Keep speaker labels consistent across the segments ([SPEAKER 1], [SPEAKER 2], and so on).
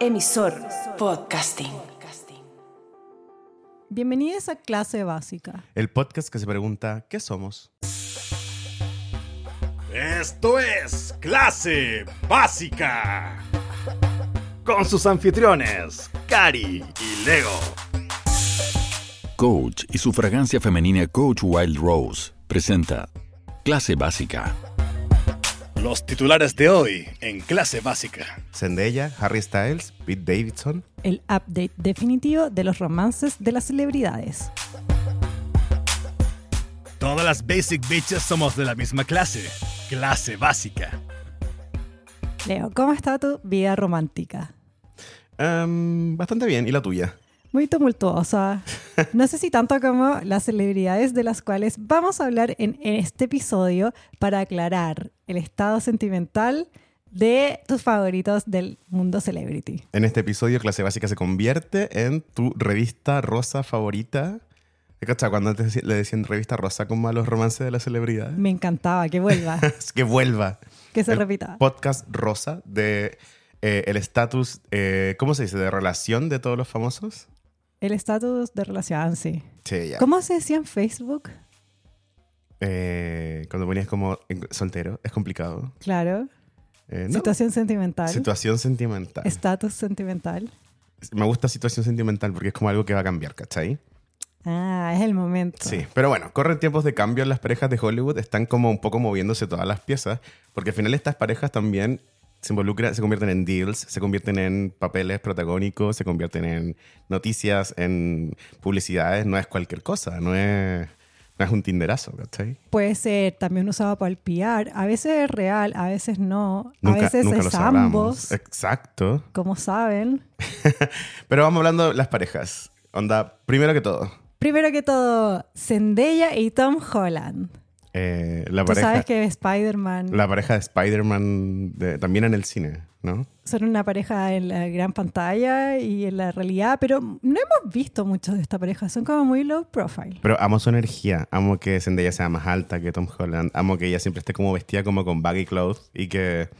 [SPEAKER 1] Emisor Podcasting.
[SPEAKER 2] Bienvenidos a Clase Básica.
[SPEAKER 3] El podcast que se pregunta, ¿qué somos?
[SPEAKER 4] Esto es Clase Básica. Con sus anfitriones, Cari y Leo.
[SPEAKER 5] Coach y su fragancia femenina Coach Wild Rose presenta Clase Básica.
[SPEAKER 4] Los titulares de hoy en Clase Básica.
[SPEAKER 3] Zendaya, Harry Styles, Pete Davidson.
[SPEAKER 2] El update definitivo de los romances de las celebridades.
[SPEAKER 4] Todas las basic bitches somos de la misma clase. Clase Básica.
[SPEAKER 2] Leo, ¿cómo está tu vida romántica?
[SPEAKER 3] Em, bastante bien, ¿y la tuya?
[SPEAKER 2] Muy tumultuosa. No sé si tanto como las celebridades de las cuales vamos a hablar en este episodio para aclarar el estado sentimental de tus favoritos del mundo celebrity.
[SPEAKER 3] En este episodio, Clase Básica se convierte en tu revista rosa favorita. ¿Te cachas cuando antes le decían revista rosa como a los romances de las celebridades?
[SPEAKER 2] Me encantaba que vuelva,
[SPEAKER 3] Es que vuelva.
[SPEAKER 2] que se
[SPEAKER 3] El
[SPEAKER 2] repita.
[SPEAKER 3] Podcast rosa de eh, el estatus, eh, ¿cómo se dice? ¿De relación de todos los famosos?
[SPEAKER 2] El estatus de relación, sí.
[SPEAKER 3] Sí, ya.
[SPEAKER 2] ¿Cómo se decía en Facebook?
[SPEAKER 3] Eh, cuando ponías como eh, soltero, es complicado.
[SPEAKER 2] Claro.
[SPEAKER 3] Eh, no.
[SPEAKER 2] Situación sentimental.
[SPEAKER 3] Situación sentimental.
[SPEAKER 2] Estatus sentimental.
[SPEAKER 3] Me gusta situación sentimental porque es como algo que va a cambiar, ¿cachai?
[SPEAKER 2] Ah, es el momento.
[SPEAKER 3] Sí, pero bueno, corren tiempos de cambio en las parejas de Hollywood, están como un poco moviéndose todas las piezas, porque al final estas parejas también se involucran, se convierten en deals, se convierten en papeles protagónicos, se convierten en noticias, en publicidades, no es cualquier cosa, no es, no es un tinderazo, ¿cachai?
[SPEAKER 2] Puede ser también usado para el PR. A veces es real, a veces no. a
[SPEAKER 3] Nunca,
[SPEAKER 2] veces
[SPEAKER 3] nunca lo
[SPEAKER 2] es
[SPEAKER 3] sabramos.
[SPEAKER 2] ambos,
[SPEAKER 3] Exacto.
[SPEAKER 2] como saben.
[SPEAKER 3] Pero vamos hablando de las parejas. Onda, primero que todo,
[SPEAKER 2] Primero que todo, Zendaya y Tom Holland.
[SPEAKER 3] eh, la
[SPEAKER 2] Tú
[SPEAKER 3] pareja...
[SPEAKER 2] sabes que Spider-Man
[SPEAKER 3] La pareja de Spider-Man de- también en el cine, ¿no?
[SPEAKER 2] son una pareja en la gran pantalla y en la realidad, pero no hemos visto mucho de esta pareja. Son como muy low profile.
[SPEAKER 3] Pero amo su energía, amo que Zendaya sea más alta que Tom Holland, amo que ella siempre esté como vestida como con baggy clothes y que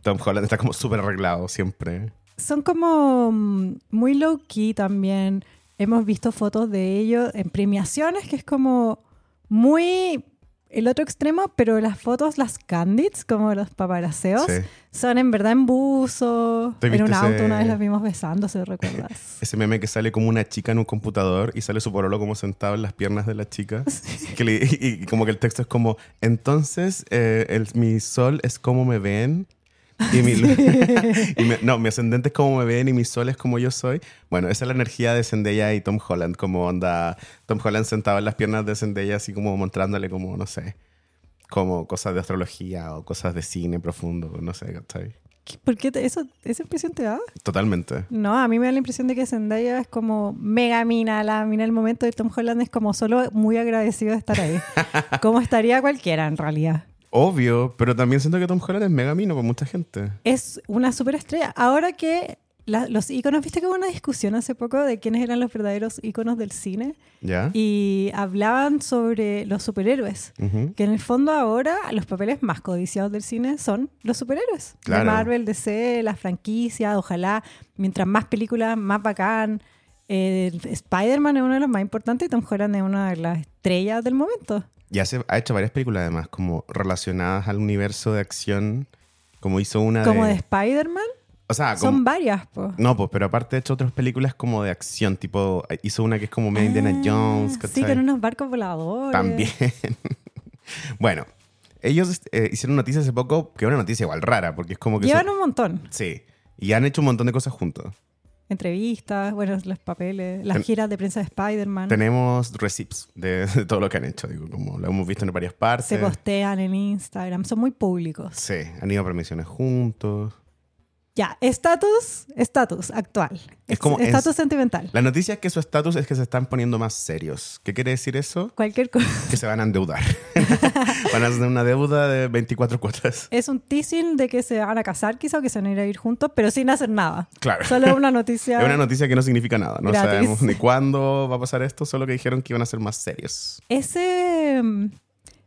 [SPEAKER 3] Tom Holland está como súper arreglado siempre.
[SPEAKER 2] son como mm, muy low key también. Hemos visto fotos de ellos en premiaciones, que es como muy el otro extremo, pero las fotos, las candids, como los paparaceos,
[SPEAKER 3] Sí.
[SPEAKER 2] son en verdad en buzo,
[SPEAKER 3] ¿Te
[SPEAKER 2] en
[SPEAKER 3] viste
[SPEAKER 2] un auto,
[SPEAKER 3] ese-
[SPEAKER 2] una vez las vimos besándose, ¿recuerdas?
[SPEAKER 3] Ese meme que sale como una chica en un computador y sale su porolo como sentado en las piernas de la chica. Que le- y, y como que el texto es como, entonces eh, el- mi sol es como me ven. Y mi, lu- y mi- no, mi ascendente es como me ven y mi sol es como yo soy. Bueno, esa es la energía de Zendaya y Tom Holland, como onda. Tom Holland sentado en las piernas de Zendaya, así como mostrándole como, no sé, como cosas de astrología o cosas de cine profundo, no sé, ¿cachai?
[SPEAKER 2] ¿Qué- ¿Por qué te- eso, esa impresión te da?
[SPEAKER 3] Totalmente.
[SPEAKER 2] No, a mí me da la impresión de que Zendaya es como mega mina, la mina del momento de Tom Holland es como solo muy agradecido de estar ahí. como estaría cualquiera en realidad.
[SPEAKER 3] Obvio, pero también siento que Tom Holland es mega mino con mucha gente.
[SPEAKER 2] es una superestrella. Ahora que la- los íconos, viste que hubo una discusión hace poco de quiénes eran los verdaderos íconos del cine
[SPEAKER 3] ¿Ya?
[SPEAKER 2] y hablaban sobre los superhéroes.
[SPEAKER 3] Ujú.
[SPEAKER 2] Que en el fondo ahora los papeles más codiciados del cine son los superhéroes.
[SPEAKER 3] Claro.
[SPEAKER 2] De Marvel, DC, las franquicias, ojalá. Mientras más películas, más bacán. El Spider-Man es uno de los más importantes y Tom Holland es una de las estrellas del momento.
[SPEAKER 3] Y hace, ha hecho varias películas además, como relacionadas al universo de acción, como hizo una
[SPEAKER 2] Como
[SPEAKER 3] de...
[SPEAKER 2] de Spider-Man,
[SPEAKER 3] o sea,
[SPEAKER 2] son
[SPEAKER 3] como-
[SPEAKER 2] varias, po.
[SPEAKER 3] No, pues, pero aparte ha hecho otras películas como de acción, tipo, hizo una que es como medio Indiana
[SPEAKER 2] Ah,
[SPEAKER 3] Jones,
[SPEAKER 2] Sí,
[SPEAKER 3] ¿cachai?
[SPEAKER 2] con unos barcos voladores.
[SPEAKER 3] También. bueno, ellos eh, hicieron noticia hace poco, que es una noticia igual rara, porque es como que...
[SPEAKER 2] Llevan
[SPEAKER 3] son-
[SPEAKER 2] un montón.
[SPEAKER 3] Sí, y han hecho un montón de cosas juntos.
[SPEAKER 2] Entrevistas, bueno, los papeles,
[SPEAKER 3] Ten-
[SPEAKER 2] las giras de prensa de Spider-Man.
[SPEAKER 3] Tenemos receipts de, de todo lo que han hecho, digo, como lo hemos visto en varias partes.
[SPEAKER 2] Se postean en Instagram, son muy públicos.
[SPEAKER 3] Sí, han ido a permisiones juntos.
[SPEAKER 2] Ya, estatus, estatus actual.
[SPEAKER 3] Es como- es-
[SPEAKER 2] estatus sentimental.
[SPEAKER 3] La noticia es que su estatus es que se están poniendo más serios. ¿Qué quiere decir eso?
[SPEAKER 2] Cualquier cosa.
[SPEAKER 3] Que se van a endeudar. van a hacer una deuda de 24 cuotas.
[SPEAKER 2] Es un teasing de que se van a casar quizá o que se van a ir a vivir juntos, pero sin hacer nada.
[SPEAKER 3] Claro.
[SPEAKER 2] Solo una noticia.
[SPEAKER 3] Es una noticia que no significa nada. No
[SPEAKER 2] Gratis.
[SPEAKER 3] sabemos ni cuándo va a pasar esto, solo que dijeron que iban a ser más serios.
[SPEAKER 2] Ese mm,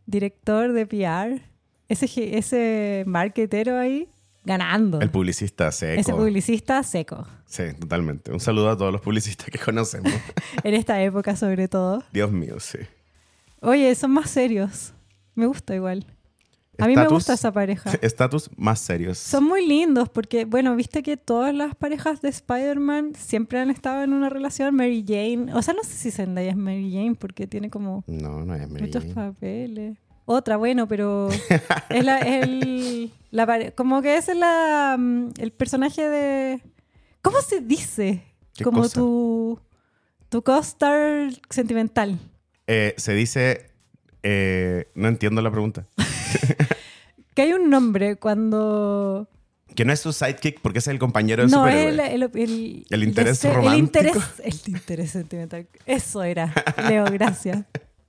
[SPEAKER 2] director de PR, ese, ge- ese marketero ahí, ganando.
[SPEAKER 3] El publicista seco.
[SPEAKER 2] Ese publicista seco.
[SPEAKER 3] Sí, totalmente. Un saludo a todos los publicistas que conocemos.
[SPEAKER 2] En esta época, sobre todo.
[SPEAKER 3] Dios mío, sí.
[SPEAKER 2] Oye, son más serios. Me gusta igual. A mí me
[SPEAKER 3] Estatus-
[SPEAKER 2] gusta esa pareja.
[SPEAKER 3] Estatus más serios.
[SPEAKER 2] Son muy lindos porque, bueno, viste que todas las parejas de Spider-Man siempre han estado en una relación. Mary Jane. O sea, no sé si Zendaya es Mary Jane porque tiene como
[SPEAKER 3] No, no es Mary
[SPEAKER 2] muchos
[SPEAKER 3] Jane.
[SPEAKER 2] papeles. Otra, bueno, pero es la, es el, la pare- como que es la, mm, el personaje de... ¿Cómo se dice?
[SPEAKER 3] ¿Qué
[SPEAKER 2] Como
[SPEAKER 3] cosa?
[SPEAKER 2] tu, tu co-star sentimental.
[SPEAKER 3] Eh, se dice. eh, no entiendo la pregunta.
[SPEAKER 2] Que hay un nombre cuando...
[SPEAKER 3] Que no es su sidekick porque es el compañero del
[SPEAKER 2] no, es
[SPEAKER 3] superhéroe.
[SPEAKER 2] el, el, el-
[SPEAKER 3] El
[SPEAKER 2] yo
[SPEAKER 3] interés
[SPEAKER 2] El
[SPEAKER 3] romántico.
[SPEAKER 2] interés, el interés sentimental. Eso era. Leo, gracias.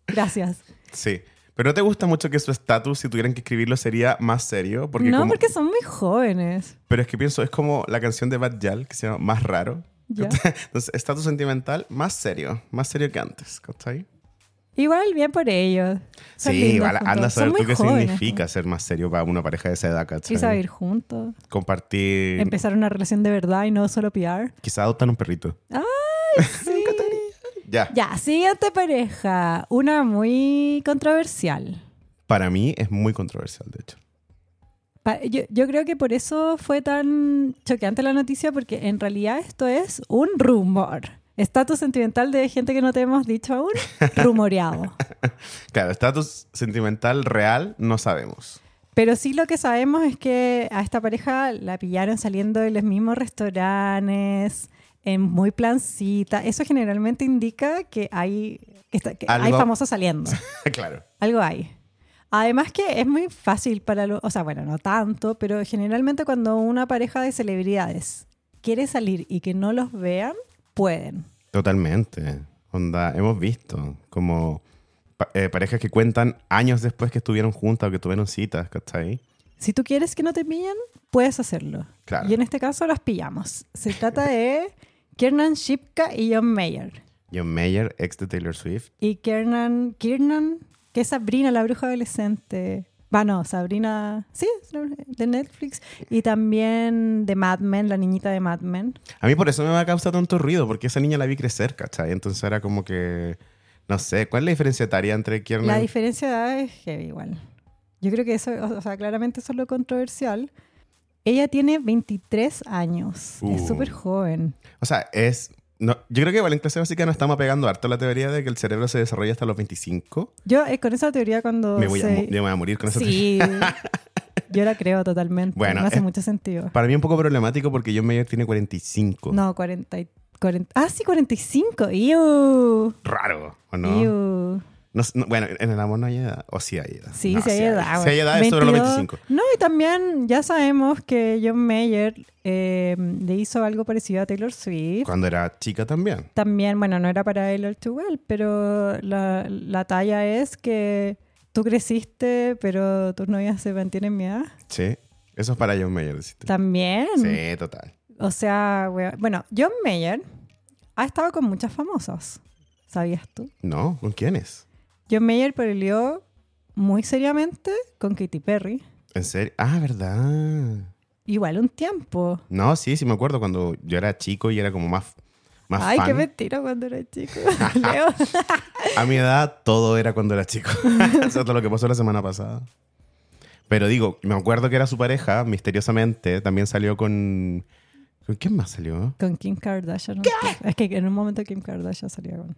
[SPEAKER 2] Gracias.
[SPEAKER 3] Sí. Pero no te gusta mucho que su estatus, si tuvieran que escribirlo, sería más serio. Porque
[SPEAKER 2] no,
[SPEAKER 3] como-
[SPEAKER 2] porque son muy jóvenes.
[SPEAKER 3] Pero es que pienso, es como la canción de Bad Yal que se llama Más Raro.
[SPEAKER 2] Ya.
[SPEAKER 3] Entonces, estatus sentimental más serio. Más serio que antes. ¿Cachai?
[SPEAKER 2] Igual bien por ellos. Son
[SPEAKER 3] Sí,
[SPEAKER 2] lindos
[SPEAKER 3] vale, anda a
[SPEAKER 2] juntos. Son
[SPEAKER 3] saber
[SPEAKER 2] muy
[SPEAKER 3] tú qué
[SPEAKER 2] jóvenes,
[SPEAKER 3] significa ser más serio para una pareja de esa edad, ¿cachai?
[SPEAKER 2] Y saber juntos.
[SPEAKER 3] Compartir.
[SPEAKER 2] Empezar una relación de verdad y no solo PR.
[SPEAKER 3] Quizá adoptar un perrito.
[SPEAKER 2] Sí.
[SPEAKER 3] Ya.
[SPEAKER 2] ya, siguiente pareja. Una muy controversial.
[SPEAKER 3] Para mí es muy controversial, de hecho.
[SPEAKER 2] Pa- Yo, yo creo que por eso fue tan choqueante la noticia, porque en realidad esto es un rumor. Estatus sentimental de gente que no te hemos dicho aún, rumoreado.
[SPEAKER 3] Claro, estatus sentimental real no sabemos.
[SPEAKER 2] Pero sí lo que sabemos es que a esta pareja la pillaron saliendo de los mismos restaurantes, en muy plancita. Eso generalmente indica que hay, que está- que hay
[SPEAKER 3] Algo-
[SPEAKER 2] famosos saliendo.
[SPEAKER 3] claro.
[SPEAKER 2] Algo hay. Además que es muy fácil para los, o sea, bueno, no tanto, pero generalmente cuando una pareja de celebridades quiere salir y que no los vean, pueden.
[SPEAKER 3] Totalmente. Onda, hemos visto como pa- eh, parejas que cuentan años después que estuvieron juntas o que tuvieron citas, ¿cachai?
[SPEAKER 2] Si tú quieres que no te pillen, puedes hacerlo.
[SPEAKER 3] Claro.
[SPEAKER 2] Y en este caso los pillamos. Se trata de Kiernan Shipka y John Mayer.
[SPEAKER 3] John Mayer, ex de Taylor Swift.
[SPEAKER 2] Y Kiernan, Kiernan, que es Sabrina, la bruja adolescente. Va, no, Sabrina, sí, es la bruja- de Netflix. Y también de Mad Men, la niñita de Mad Men.
[SPEAKER 3] A mí por eso me va a causar tanto ruido, porque esa niña la vi crecer, ¿cachai? Entonces era como que... No sé, ¿cuál es la diferencia etaria entre Kiernan?
[SPEAKER 2] La diferencia de edad es heavy igual. Yo creo que eso, o o sea, claramente eso es lo controversial. Ella tiene 23 años,
[SPEAKER 3] Uh.
[SPEAKER 2] es súper joven.
[SPEAKER 3] O sea, es... No, yo creo que igual en clase básica nos estamos apegando harto a la teoría de que el cerebro se desarrolla hasta los 25.
[SPEAKER 2] Yo eh, con esa teoría cuando...
[SPEAKER 3] Me voy, a,
[SPEAKER 2] se-
[SPEAKER 3] mu- yo me voy a morir con esa teoría.
[SPEAKER 2] Sí, yo la creo totalmente.
[SPEAKER 3] Bueno,
[SPEAKER 2] no hace
[SPEAKER 3] es-
[SPEAKER 2] mucho sentido.
[SPEAKER 3] Para mí un poco problemático porque John Mayer tiene 45.
[SPEAKER 2] No, 40, y- 40 Ah, sí, 45. ¡Iu!
[SPEAKER 3] Raro, ¿o no?
[SPEAKER 2] ¡Iu!
[SPEAKER 3] No sé, no- bueno, en el amor no hay edad. O sí hay edad.
[SPEAKER 2] Sí,
[SPEAKER 3] No,
[SPEAKER 2] se ha edad.
[SPEAKER 3] Si hay edad es sobre los
[SPEAKER 2] 22.
[SPEAKER 3] 25.
[SPEAKER 2] No, y también ya sabemos que John Mayer eh, le hizo algo parecido a Taylor Swift.
[SPEAKER 3] Cuando era chica también.
[SPEAKER 2] También, bueno, no era para él el Too Well, pero la, la talla es que tú creciste, pero tus novias se mantienen en mi edad.
[SPEAKER 3] Sí. Eso es para John Mayer, deciste.
[SPEAKER 2] También.
[SPEAKER 3] Sí, total.
[SPEAKER 2] O sea, wea- bueno, John Mayer ha estado con muchas famosas, ¿sabías tú?
[SPEAKER 3] No, ¿con quiénes?
[SPEAKER 2] John Mayer peleó muy seriamente con Katy Perry.
[SPEAKER 3] ¿En serio? Ah, ¿verdad?
[SPEAKER 2] Igual un tiempo.
[SPEAKER 3] No, sí, sí me acuerdo cuando yo era chico y era como más, más
[SPEAKER 2] Ay,
[SPEAKER 3] fan.
[SPEAKER 2] qué mentira cuando era chico. Leo.
[SPEAKER 3] A mi edad todo era cuando era chico. o sea, todo lo que pasó la semana pasada. Pero digo, me acuerdo que era su pareja, misteriosamente. También salió con... ¿Con quién más salió?
[SPEAKER 2] Con Kim Kardashian. ¿Qué? Es que en un momento Kim Kardashian salía con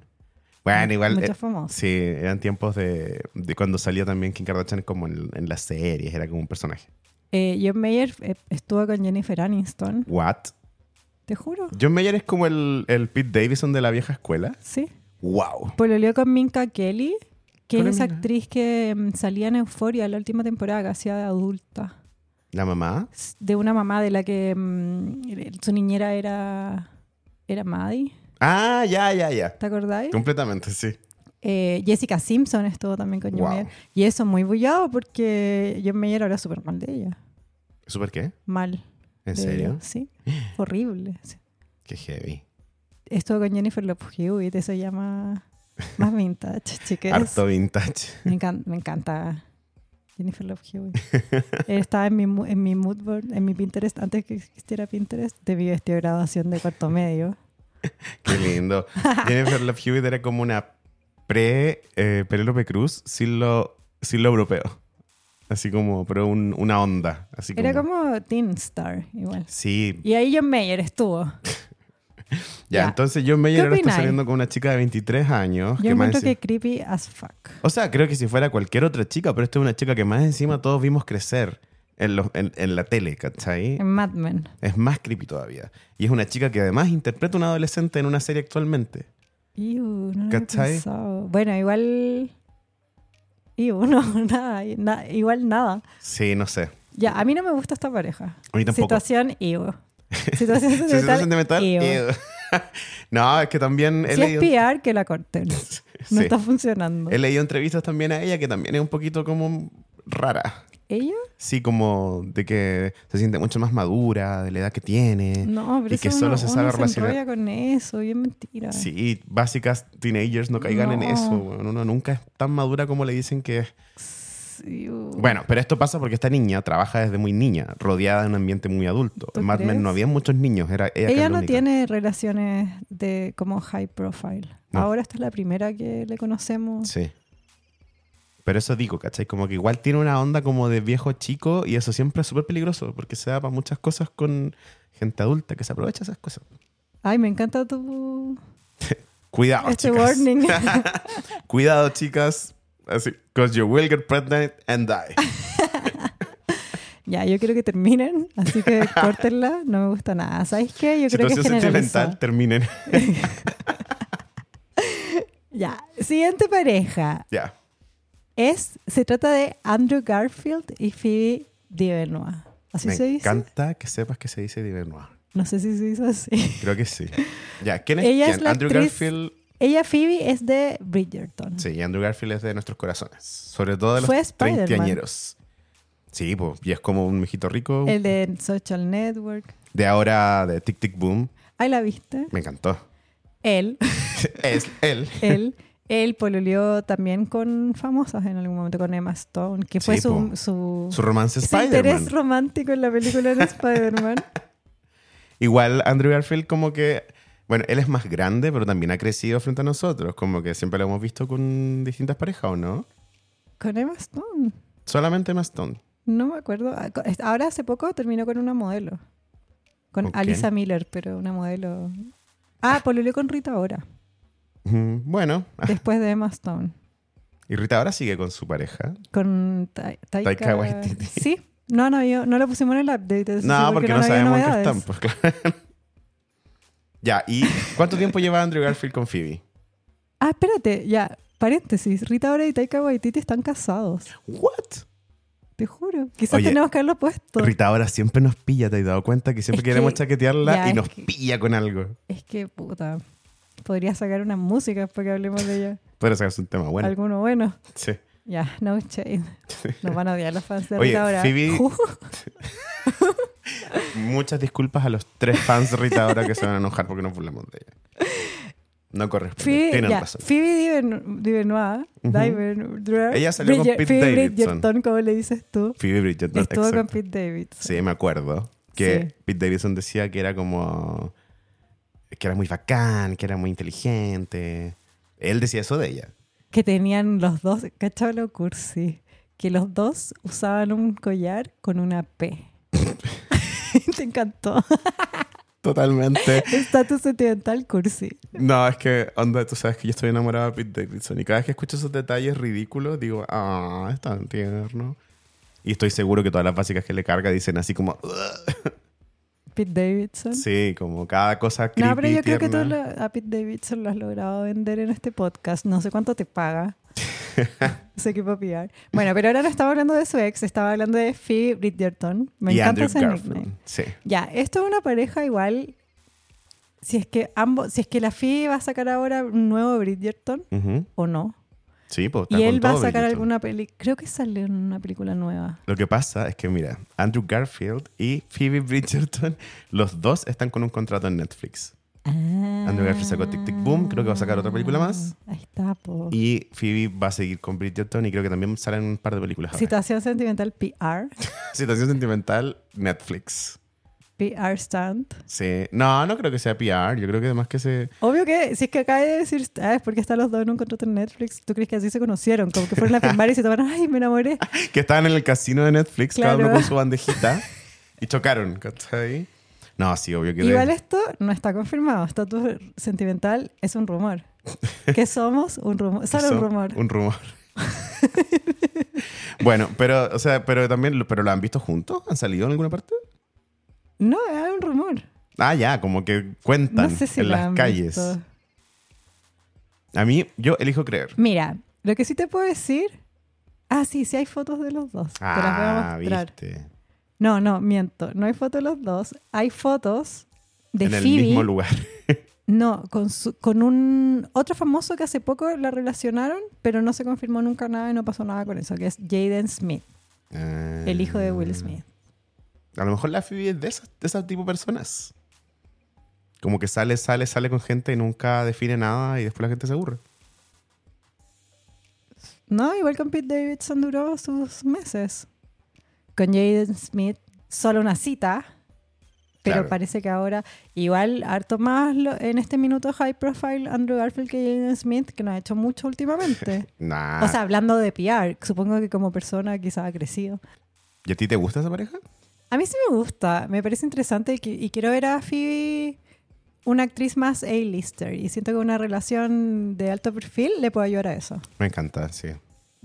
[SPEAKER 3] Bueno, igual...
[SPEAKER 2] muchos
[SPEAKER 3] eh,
[SPEAKER 2] famosos.
[SPEAKER 3] Sí, eran tiempos de, de cuando salía también Kim Kardashian como en, en las series, era como un personaje.
[SPEAKER 2] Eh, John Mayer eh, estuvo con Jennifer Aniston,
[SPEAKER 3] What?
[SPEAKER 2] te juro.
[SPEAKER 3] John Mayer es como el, el Pete Davidson de la vieja escuela.
[SPEAKER 2] Sí.
[SPEAKER 3] Wow.
[SPEAKER 2] Pololeó con Minka Kelly, que es
[SPEAKER 3] Hola,
[SPEAKER 2] esa
[SPEAKER 3] Minka.
[SPEAKER 2] actriz que mm, salía en Euforia la última temporada, que hacía de adulta.
[SPEAKER 3] La mamá.
[SPEAKER 2] S- De una mamá de la que mm, su niñera era, era Maddie,
[SPEAKER 3] Ah, ya, ya, ya.
[SPEAKER 2] ¿te acordáis?
[SPEAKER 3] Completamente, sí.
[SPEAKER 2] Eh, Jessica Simpson estuvo también con John
[SPEAKER 3] Wow.
[SPEAKER 2] Mayer. Y eso muy bullado porque John Mayer habla súper mal de ella.
[SPEAKER 3] ¿Súper qué?
[SPEAKER 2] Mal.
[SPEAKER 3] ¿En
[SPEAKER 2] de
[SPEAKER 3] serio?
[SPEAKER 2] ella, Sí. Horrible. sí.
[SPEAKER 3] Qué heavy.
[SPEAKER 2] Estuvo con Jennifer Love Hewitt, eso llama más vintage, chicas.
[SPEAKER 3] Harto vintage.
[SPEAKER 2] Me, encan- me encanta Jennifer Love Hewitt. Estaba en mi, mu- en mi mood board, en mi Pinterest, antes que existiera Pinterest, de mi vestido de graduación de cuarto medio.
[SPEAKER 3] Qué lindo. Jennifer Love Hewitt era como una pre eh, Penélope Cruz sin lo, sin lo europeo. Así como, pero un- una onda. Así
[SPEAKER 2] Era como Teen Star, igual.
[SPEAKER 3] Sí,
[SPEAKER 2] Y ahí John Mayer estuvo.
[SPEAKER 3] Ah, ya.
[SPEAKER 2] ya.
[SPEAKER 3] Entonces John Mayer
[SPEAKER 2] ¿Qué
[SPEAKER 3] ahora está
[SPEAKER 2] opináis?
[SPEAKER 3] saliendo con una chica de 23 años.
[SPEAKER 2] Yo
[SPEAKER 3] que más
[SPEAKER 2] encuentro
[SPEAKER 3] encima-
[SPEAKER 2] que creepy as fuck.
[SPEAKER 3] O sea, creo que si fuera cualquier otra chica, pero esta es una chica que más encima todos vimos crecer en, los- en- en la tele, ¿cachai?
[SPEAKER 2] En Mad Men.
[SPEAKER 3] Es más creepy todavía. Y es una chica que además interpreta a una adolescente en una serie actualmente.
[SPEAKER 2] Iu, no lo había
[SPEAKER 3] ¿Cachai?
[SPEAKER 2] pensado. Bueno, igual. Iu, no, nada, na- igual nada.
[SPEAKER 3] Sí, no sé.
[SPEAKER 2] Ya, a mí no me gusta esta pareja.
[SPEAKER 3] A mí tampoco.
[SPEAKER 2] Situación Iu. Situación
[SPEAKER 3] ¿Se
[SPEAKER 2] sentimental.
[SPEAKER 3] siente sentimental?
[SPEAKER 2] iu.
[SPEAKER 3] Ew. no, es que también he
[SPEAKER 2] Si es E
[SPEAKER 3] leído,
[SPEAKER 2] PR, que la corten. No
[SPEAKER 3] Sí.
[SPEAKER 2] está funcionando.
[SPEAKER 3] he leído entrevistas también a ella que también es un poquito como rara.
[SPEAKER 2] ¿Ella?
[SPEAKER 3] Sí, como de que se siente mucho más madura, de la edad que tiene.
[SPEAKER 2] No, pero
[SPEAKER 3] Eh, y que
[SPEAKER 2] eso
[SPEAKER 3] solo
[SPEAKER 2] uno,
[SPEAKER 3] se sabe
[SPEAKER 2] uno
[SPEAKER 3] relacionar.
[SPEAKER 2] enrolla con eso, bien mentira.
[SPEAKER 3] Sí, básicas teenagers no caigan en
[SPEAKER 2] Ah. No.
[SPEAKER 3] eso. weón. Uno nunca es tan madura como le dicen que es.
[SPEAKER 2] Iu.
[SPEAKER 3] Bueno, pero esto pasa porque esta niña trabaja desde muy niña, rodeada de un ambiente muy adulto.
[SPEAKER 2] ¿Tú
[SPEAKER 3] En Mad
[SPEAKER 2] crees?
[SPEAKER 3] Men no había muchos niños, era ella, que era
[SPEAKER 2] Ella
[SPEAKER 3] la
[SPEAKER 2] no
[SPEAKER 3] única.
[SPEAKER 2] tiene relaciones de como high profile.
[SPEAKER 3] No.
[SPEAKER 2] Ahora esta es la primera que le conocemos.
[SPEAKER 3] Sí. Pero eso digo, ¿cachai? Como que igual tiene una onda como de viejo chico y eso siempre es súper peligroso porque se da para muchas cosas con gente adulta que se aprovecha de esas cosas.
[SPEAKER 2] Ay, me encanta tu
[SPEAKER 3] Cuidado,
[SPEAKER 2] este
[SPEAKER 3] Oh, chicas.
[SPEAKER 2] warning.
[SPEAKER 3] Cuidado, chicas. Así, because you will get pregnant and die.
[SPEAKER 2] ya, yo quiero que terminen, así que córtenla, no me gusta nada. ¿Sabes qué? Yo creo que
[SPEAKER 3] Situación
[SPEAKER 2] generaliza.
[SPEAKER 3] sentimental, terminen.
[SPEAKER 2] Ya, siguiente pareja
[SPEAKER 3] Ya.
[SPEAKER 2] es se trata de Andrew Garfield y Phoebe Divenois. ¿Así
[SPEAKER 3] Me
[SPEAKER 2] se dice?
[SPEAKER 3] encanta que sepas que se dice Divernois.
[SPEAKER 2] No sé si se dice así.
[SPEAKER 3] Creo que sí. Ya, ¿quién es?
[SPEAKER 2] Ella
[SPEAKER 3] quién?
[SPEAKER 2] es la
[SPEAKER 3] Andrew
[SPEAKER 2] actriz-
[SPEAKER 3] Garfield.
[SPEAKER 2] Ella Phoebe es de Bridgerton.
[SPEAKER 3] Sí, Andrew Garfield es de nuestros corazones. Sobre todo de
[SPEAKER 2] Fue
[SPEAKER 3] los
[SPEAKER 2] Spider-Man.
[SPEAKER 3] treintañeros. Sí, pues, y es como un mijito rico.
[SPEAKER 2] El de Social Network.
[SPEAKER 3] De ahora, de Tic Tic Boom.
[SPEAKER 2] Ahí la viste.
[SPEAKER 3] Me encantó.
[SPEAKER 2] Él,
[SPEAKER 3] es él.
[SPEAKER 2] él, él pololeó también con famosas en algún momento, con Emma Stone, que fue
[SPEAKER 3] Sí,
[SPEAKER 2] su,
[SPEAKER 3] po.
[SPEAKER 2] su,
[SPEAKER 3] Su romance
[SPEAKER 2] su interés
[SPEAKER 3] Spider-Man.
[SPEAKER 2] romántico en la película de Spider-Man.
[SPEAKER 3] Igual Andrew Garfield como que... Bueno, él es más grande, pero también ha crecido frente a nosotros. Como que siempre lo hemos visto con distintas parejas, ¿o no?
[SPEAKER 2] con Emma Stone.
[SPEAKER 3] Solamente Maston.
[SPEAKER 2] No me acuerdo. Ah, co- es- Ahora hace poco terminó con una modelo. Con
[SPEAKER 3] ¿Con quién?
[SPEAKER 2] Alisa Miller, pero una modelo. Ah, pololeó con Rita ahora,
[SPEAKER 3] Bueno.
[SPEAKER 2] después de Emma Stone.
[SPEAKER 3] Y Rita ahora sigue con su pareja.
[SPEAKER 2] Con Ta- Taika.
[SPEAKER 3] Taika Waititi.
[SPEAKER 2] Sí. No, no, yo, no lo pusimos en el update. eso sí,
[SPEAKER 3] No, porque, no,
[SPEAKER 2] había
[SPEAKER 3] sabemos en qué
[SPEAKER 2] novedades.
[SPEAKER 3] están. pues, claro. ya, ¿y cuánto tiempo lleva Andrew Garfield con Phoebe?
[SPEAKER 2] Ah, espérate, ya. Paréntesis. Rita Ora y Taika Waititi están casados.
[SPEAKER 3] ¿What?
[SPEAKER 2] Te juro. Quizás
[SPEAKER 3] Oye,
[SPEAKER 2] tenemos que haberlo puesto.
[SPEAKER 3] Rita ahora siempre nos pilla, ¿te has dado cuenta? Que siempre
[SPEAKER 2] Es que-
[SPEAKER 3] queremos chaquetearla
[SPEAKER 2] ya,
[SPEAKER 3] y
[SPEAKER 2] es
[SPEAKER 3] nos
[SPEAKER 2] que-
[SPEAKER 3] pilla con algo.
[SPEAKER 2] Es que, puta. Podría sacar unas músicas para que hablemos de ella.
[SPEAKER 3] Podría sacarse un tema bueno.
[SPEAKER 2] Alguno bueno.
[SPEAKER 3] Sí.
[SPEAKER 2] Ya, no shade. Nos van a odiar los fans de
[SPEAKER 3] Oye,
[SPEAKER 2] Rita Ora.
[SPEAKER 3] Phoebe-
[SPEAKER 2] Uh,
[SPEAKER 3] Muchas disculpas a los tres fans de Rita ahora que se van a enojar porque nos burlamos de ella. No corresponde.
[SPEAKER 2] Phoebe,
[SPEAKER 3] Tienen
[SPEAKER 2] ya,
[SPEAKER 3] razón.
[SPEAKER 2] Phoebe Diven- Divenois. Diven- Dre-
[SPEAKER 3] Ella salió con
[SPEAKER 2] Bridger-
[SPEAKER 3] Pete
[SPEAKER 2] Phoebe
[SPEAKER 3] Davidson.
[SPEAKER 2] Bridgerton, como le dices tú.
[SPEAKER 3] Phoebe Bridgerton.
[SPEAKER 2] Estuvo con
[SPEAKER 3] exacto.
[SPEAKER 2] Pete Davidson.
[SPEAKER 3] Sí, me acuerdo. Que
[SPEAKER 2] Sí.
[SPEAKER 3] Pete Davidson decía que era como. que era muy bacán, que era muy inteligente. Él decía eso de ella.
[SPEAKER 2] que tenían los dos, cachado lo cursi, que los dos usaban un collar con una P. Te encantó.
[SPEAKER 3] Totalmente.
[SPEAKER 2] Estatus sentimental cursi.
[SPEAKER 3] No, es que, onda, tú sabes que yo estoy enamorada de Pete Davidson. Y cada vez que escucho esos detalles ridículos, digo, ah, es tan tierno. Y estoy seguro que todas las básicas que le carga dicen así como, "Ugh".
[SPEAKER 2] Pete Davidson.
[SPEAKER 3] sí, como cada cosa creepy,
[SPEAKER 2] no, pero yo creo que tú
[SPEAKER 3] tierna.
[SPEAKER 2] lo- a Pete Davidson lo has logrado vender en este podcast. No sé cuánto te paga. sé que puedo pillar. Bueno, pero ahora no estaba hablando de su ex, estaba hablando de Phoebe Bridgerton. Me
[SPEAKER 3] Y
[SPEAKER 2] encanta
[SPEAKER 3] Andrew
[SPEAKER 2] ese
[SPEAKER 3] Garfield.
[SPEAKER 2] nickname.
[SPEAKER 3] Sí.
[SPEAKER 2] Ya, esto es una pareja igual. Si es que ambos, si es que la Phoebe va a sacar ahora un nuevo Bridgerton
[SPEAKER 3] Ujú.
[SPEAKER 2] o no.
[SPEAKER 3] Sí, pues. está
[SPEAKER 2] Y
[SPEAKER 3] con
[SPEAKER 2] él va a
[SPEAKER 3] todo
[SPEAKER 2] sacar
[SPEAKER 3] Bridgerton.
[SPEAKER 2] alguna peli, creo que sale en una película nueva.
[SPEAKER 3] Lo que pasa es que, mira, Andrew Garfield y Phoebe Bridgerton, los dos están con un contrato en Netflix. Ah. Andrew Garfield sacó Tic Tic Boom, creo que va a sacar otra película más.
[SPEAKER 2] Ah, Ahí está, po.
[SPEAKER 3] Y Phoebe va a seguir con Bridgerton y creo que también salen un par de películas. ahora.
[SPEAKER 2] Situación sentimental PR.
[SPEAKER 3] Situación sentimental, Netflix.
[SPEAKER 2] PR stand.
[SPEAKER 3] Sí. No, no creo que sea PR. Yo creo que además que se.
[SPEAKER 2] Obvio que si es que acaba de decir, ah, es porque están los dos en un contrato en Netflix, ¿tú crees que así se conocieron? Como que fueron a firmar y se tomaron, ay, me enamoré.
[SPEAKER 3] Que estaban en el casino de Netflix, cada uno
[SPEAKER 2] Claro.
[SPEAKER 3] con su bandejita y chocaron. ¿Cachai? No, sí, obvio que. de-
[SPEAKER 2] Igual esto no está confirmado. Estatus sentimental es un rumor. Que somos un rumor. Solo un
[SPEAKER 3] Eso,
[SPEAKER 2] rumor.
[SPEAKER 3] Un rumor. bueno, pero, o sea, pero también, pero lo han visto juntos, han salido en alguna parte.
[SPEAKER 2] No, es un rumor.
[SPEAKER 3] Ah, ya, como que cuentan
[SPEAKER 2] no sé si
[SPEAKER 3] en
[SPEAKER 2] lo
[SPEAKER 3] las
[SPEAKER 2] han
[SPEAKER 3] calles.
[SPEAKER 2] visto.
[SPEAKER 3] A mí, yo elijo creer.
[SPEAKER 2] Mira, lo que sí te puedo decir. Ah, sí, sí hay fotos de los dos. te las voy a
[SPEAKER 3] Ah,
[SPEAKER 2] mostrar.
[SPEAKER 3] viste.
[SPEAKER 2] No, no, miento. No hay fotos de los dos. Hay fotos de
[SPEAKER 3] En el
[SPEAKER 2] Phoebe.
[SPEAKER 3] mismo lugar.
[SPEAKER 2] No, con, su- con un otro famoso que hace poco la relacionaron, pero no se confirmó nunca nada y no pasó nada con eso, que es Jaden Smith,
[SPEAKER 3] Ah.
[SPEAKER 2] el hijo de Will Smith.
[SPEAKER 3] A lo mejor la Phoebe es de esas, de esas tipo de personas. Como que sale, sale, sale con gente y nunca define nada y después la gente se aburre.
[SPEAKER 2] No, igual con Pete Davidson duró sus meses. Con Jaden Smith, solo una cita, pero
[SPEAKER 3] Claro.
[SPEAKER 2] parece que ahora, igual, harto más lo- en este minuto high profile Andrew Garfield que Jaden Smith, que no ha hecho mucho últimamente.
[SPEAKER 3] Nah.
[SPEAKER 2] O sea, hablando de PR, supongo que como persona quizá ha crecido.
[SPEAKER 3] ¿Y a ti te gusta esa pareja? y
[SPEAKER 2] A mí sí me gusta, me parece interesante y, qui- y quiero ver a Phoebe una actriz más A-lister y siento que una relación de alto perfil le puede ayudar a eso,
[SPEAKER 3] Me encanta, sí.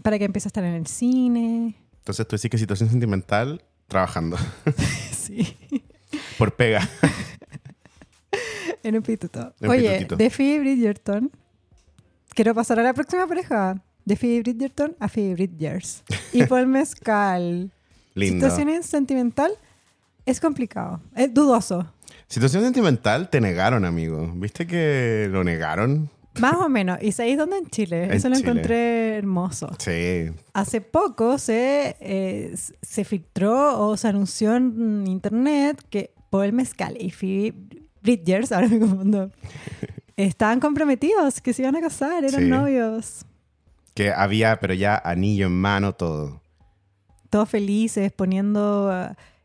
[SPEAKER 2] para que empiece a estar en el cine.
[SPEAKER 3] Entonces tú decís que situación sentimental, trabajando.
[SPEAKER 2] Sí,
[SPEAKER 3] Por pega.
[SPEAKER 2] en un pituto.
[SPEAKER 3] En un
[SPEAKER 2] Oye,
[SPEAKER 3] pitutito.
[SPEAKER 2] de Phoebe Bridgerton, quiero pasar a la próxima pareja. De Phoebe Bridgerton a Phoebe Bridgers. Y Paul Mezcal.
[SPEAKER 3] Lindo. Situación...
[SPEAKER 2] Situación sentimental es complicado, es dudoso.
[SPEAKER 3] sentimental, te negaron, amigo. ¿Viste que lo negaron?
[SPEAKER 2] Más o menos. ¿Y sabéis dónde? En Chile.
[SPEAKER 3] En
[SPEAKER 2] Eso lo
[SPEAKER 3] Chile.
[SPEAKER 2] encontré hermoso.
[SPEAKER 3] Sí.
[SPEAKER 2] Hace poco se, eh, se filtró o se anunció en internet que Paul Mezcal y Phoebe Bridgers, ahora me confundo, estaban comprometidos, que se iban a casar, eran
[SPEAKER 3] Sí.
[SPEAKER 2] novios,
[SPEAKER 3] Que había, pero ya anillo en mano, todo.
[SPEAKER 2] todos felices, poniendo...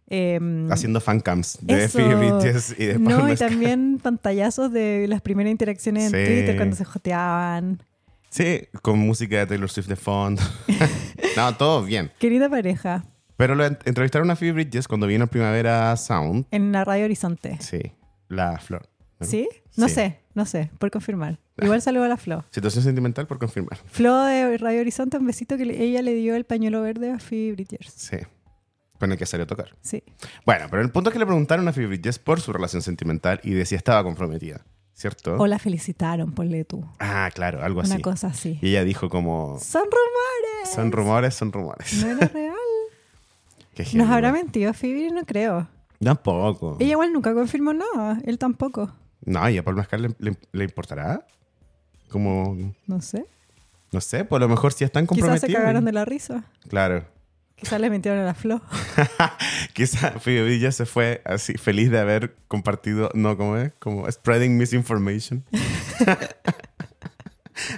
[SPEAKER 2] eh,
[SPEAKER 3] Haciendo fancams de
[SPEAKER 2] Eso.
[SPEAKER 3] Phoebe BTS y de Paul
[SPEAKER 2] no, y
[SPEAKER 3] Mescal.
[SPEAKER 2] también pantallazos de las primeras interacciones en
[SPEAKER 3] Sí.
[SPEAKER 2] Twitter cuando se joteaban.
[SPEAKER 3] Sí, con música de Taylor Swift de fondo. no, todo bien.
[SPEAKER 2] Querida pareja,
[SPEAKER 3] Pero lo en- entrevistaron a Phoebe Bridges cuando vino Primavera Sound.
[SPEAKER 2] en la radio Horizonte.
[SPEAKER 3] Sí, la flor. ¿no?
[SPEAKER 2] ¿Sí? No
[SPEAKER 3] Sí.
[SPEAKER 2] sé, no sé, por confirmar. Igual saludo a la Flo.
[SPEAKER 3] Situación sentimental por confirmar.
[SPEAKER 2] Flo de Radio Horizonte, un besito que le- ella le dio el pañuelo verde a Phoebe Bridgers.
[SPEAKER 3] Sí. Con el que salió a tocar.
[SPEAKER 2] Sí.
[SPEAKER 3] Bueno, pero el punto es que le preguntaron a Phoebe Bridges por su relación sentimental y de si estaba comprometida. ¿Cierto?
[SPEAKER 2] O la felicitaron, ponle tú.
[SPEAKER 3] Ah, claro, Oh. algo
[SPEAKER 2] Una
[SPEAKER 3] así.
[SPEAKER 2] cosa así.
[SPEAKER 3] Y ella dijo como...
[SPEAKER 2] ¡Son rumores!
[SPEAKER 3] Son rumores, son rumores.
[SPEAKER 2] No era real.
[SPEAKER 3] Qué
[SPEAKER 2] ¿Nos
[SPEAKER 3] genio.
[SPEAKER 2] habrá mentido Phoebe? No creo.
[SPEAKER 3] Tampoco.
[SPEAKER 2] Ella igual nunca confirmó nada. Él tampoco.
[SPEAKER 3] No, ¿y a Paul Mascar le, le- le importará? Como...
[SPEAKER 2] No sé.
[SPEAKER 3] No sé, pues a lo mejor si están
[SPEAKER 2] Quizás
[SPEAKER 3] comprometidos.
[SPEAKER 2] se cagaron de la risa.
[SPEAKER 3] Claro.
[SPEAKER 2] Quizás le mintieron a la Flo.
[SPEAKER 3] Quizá Phoebe Villa se fue así feliz de haber compartido, no como es, como spreading misinformation.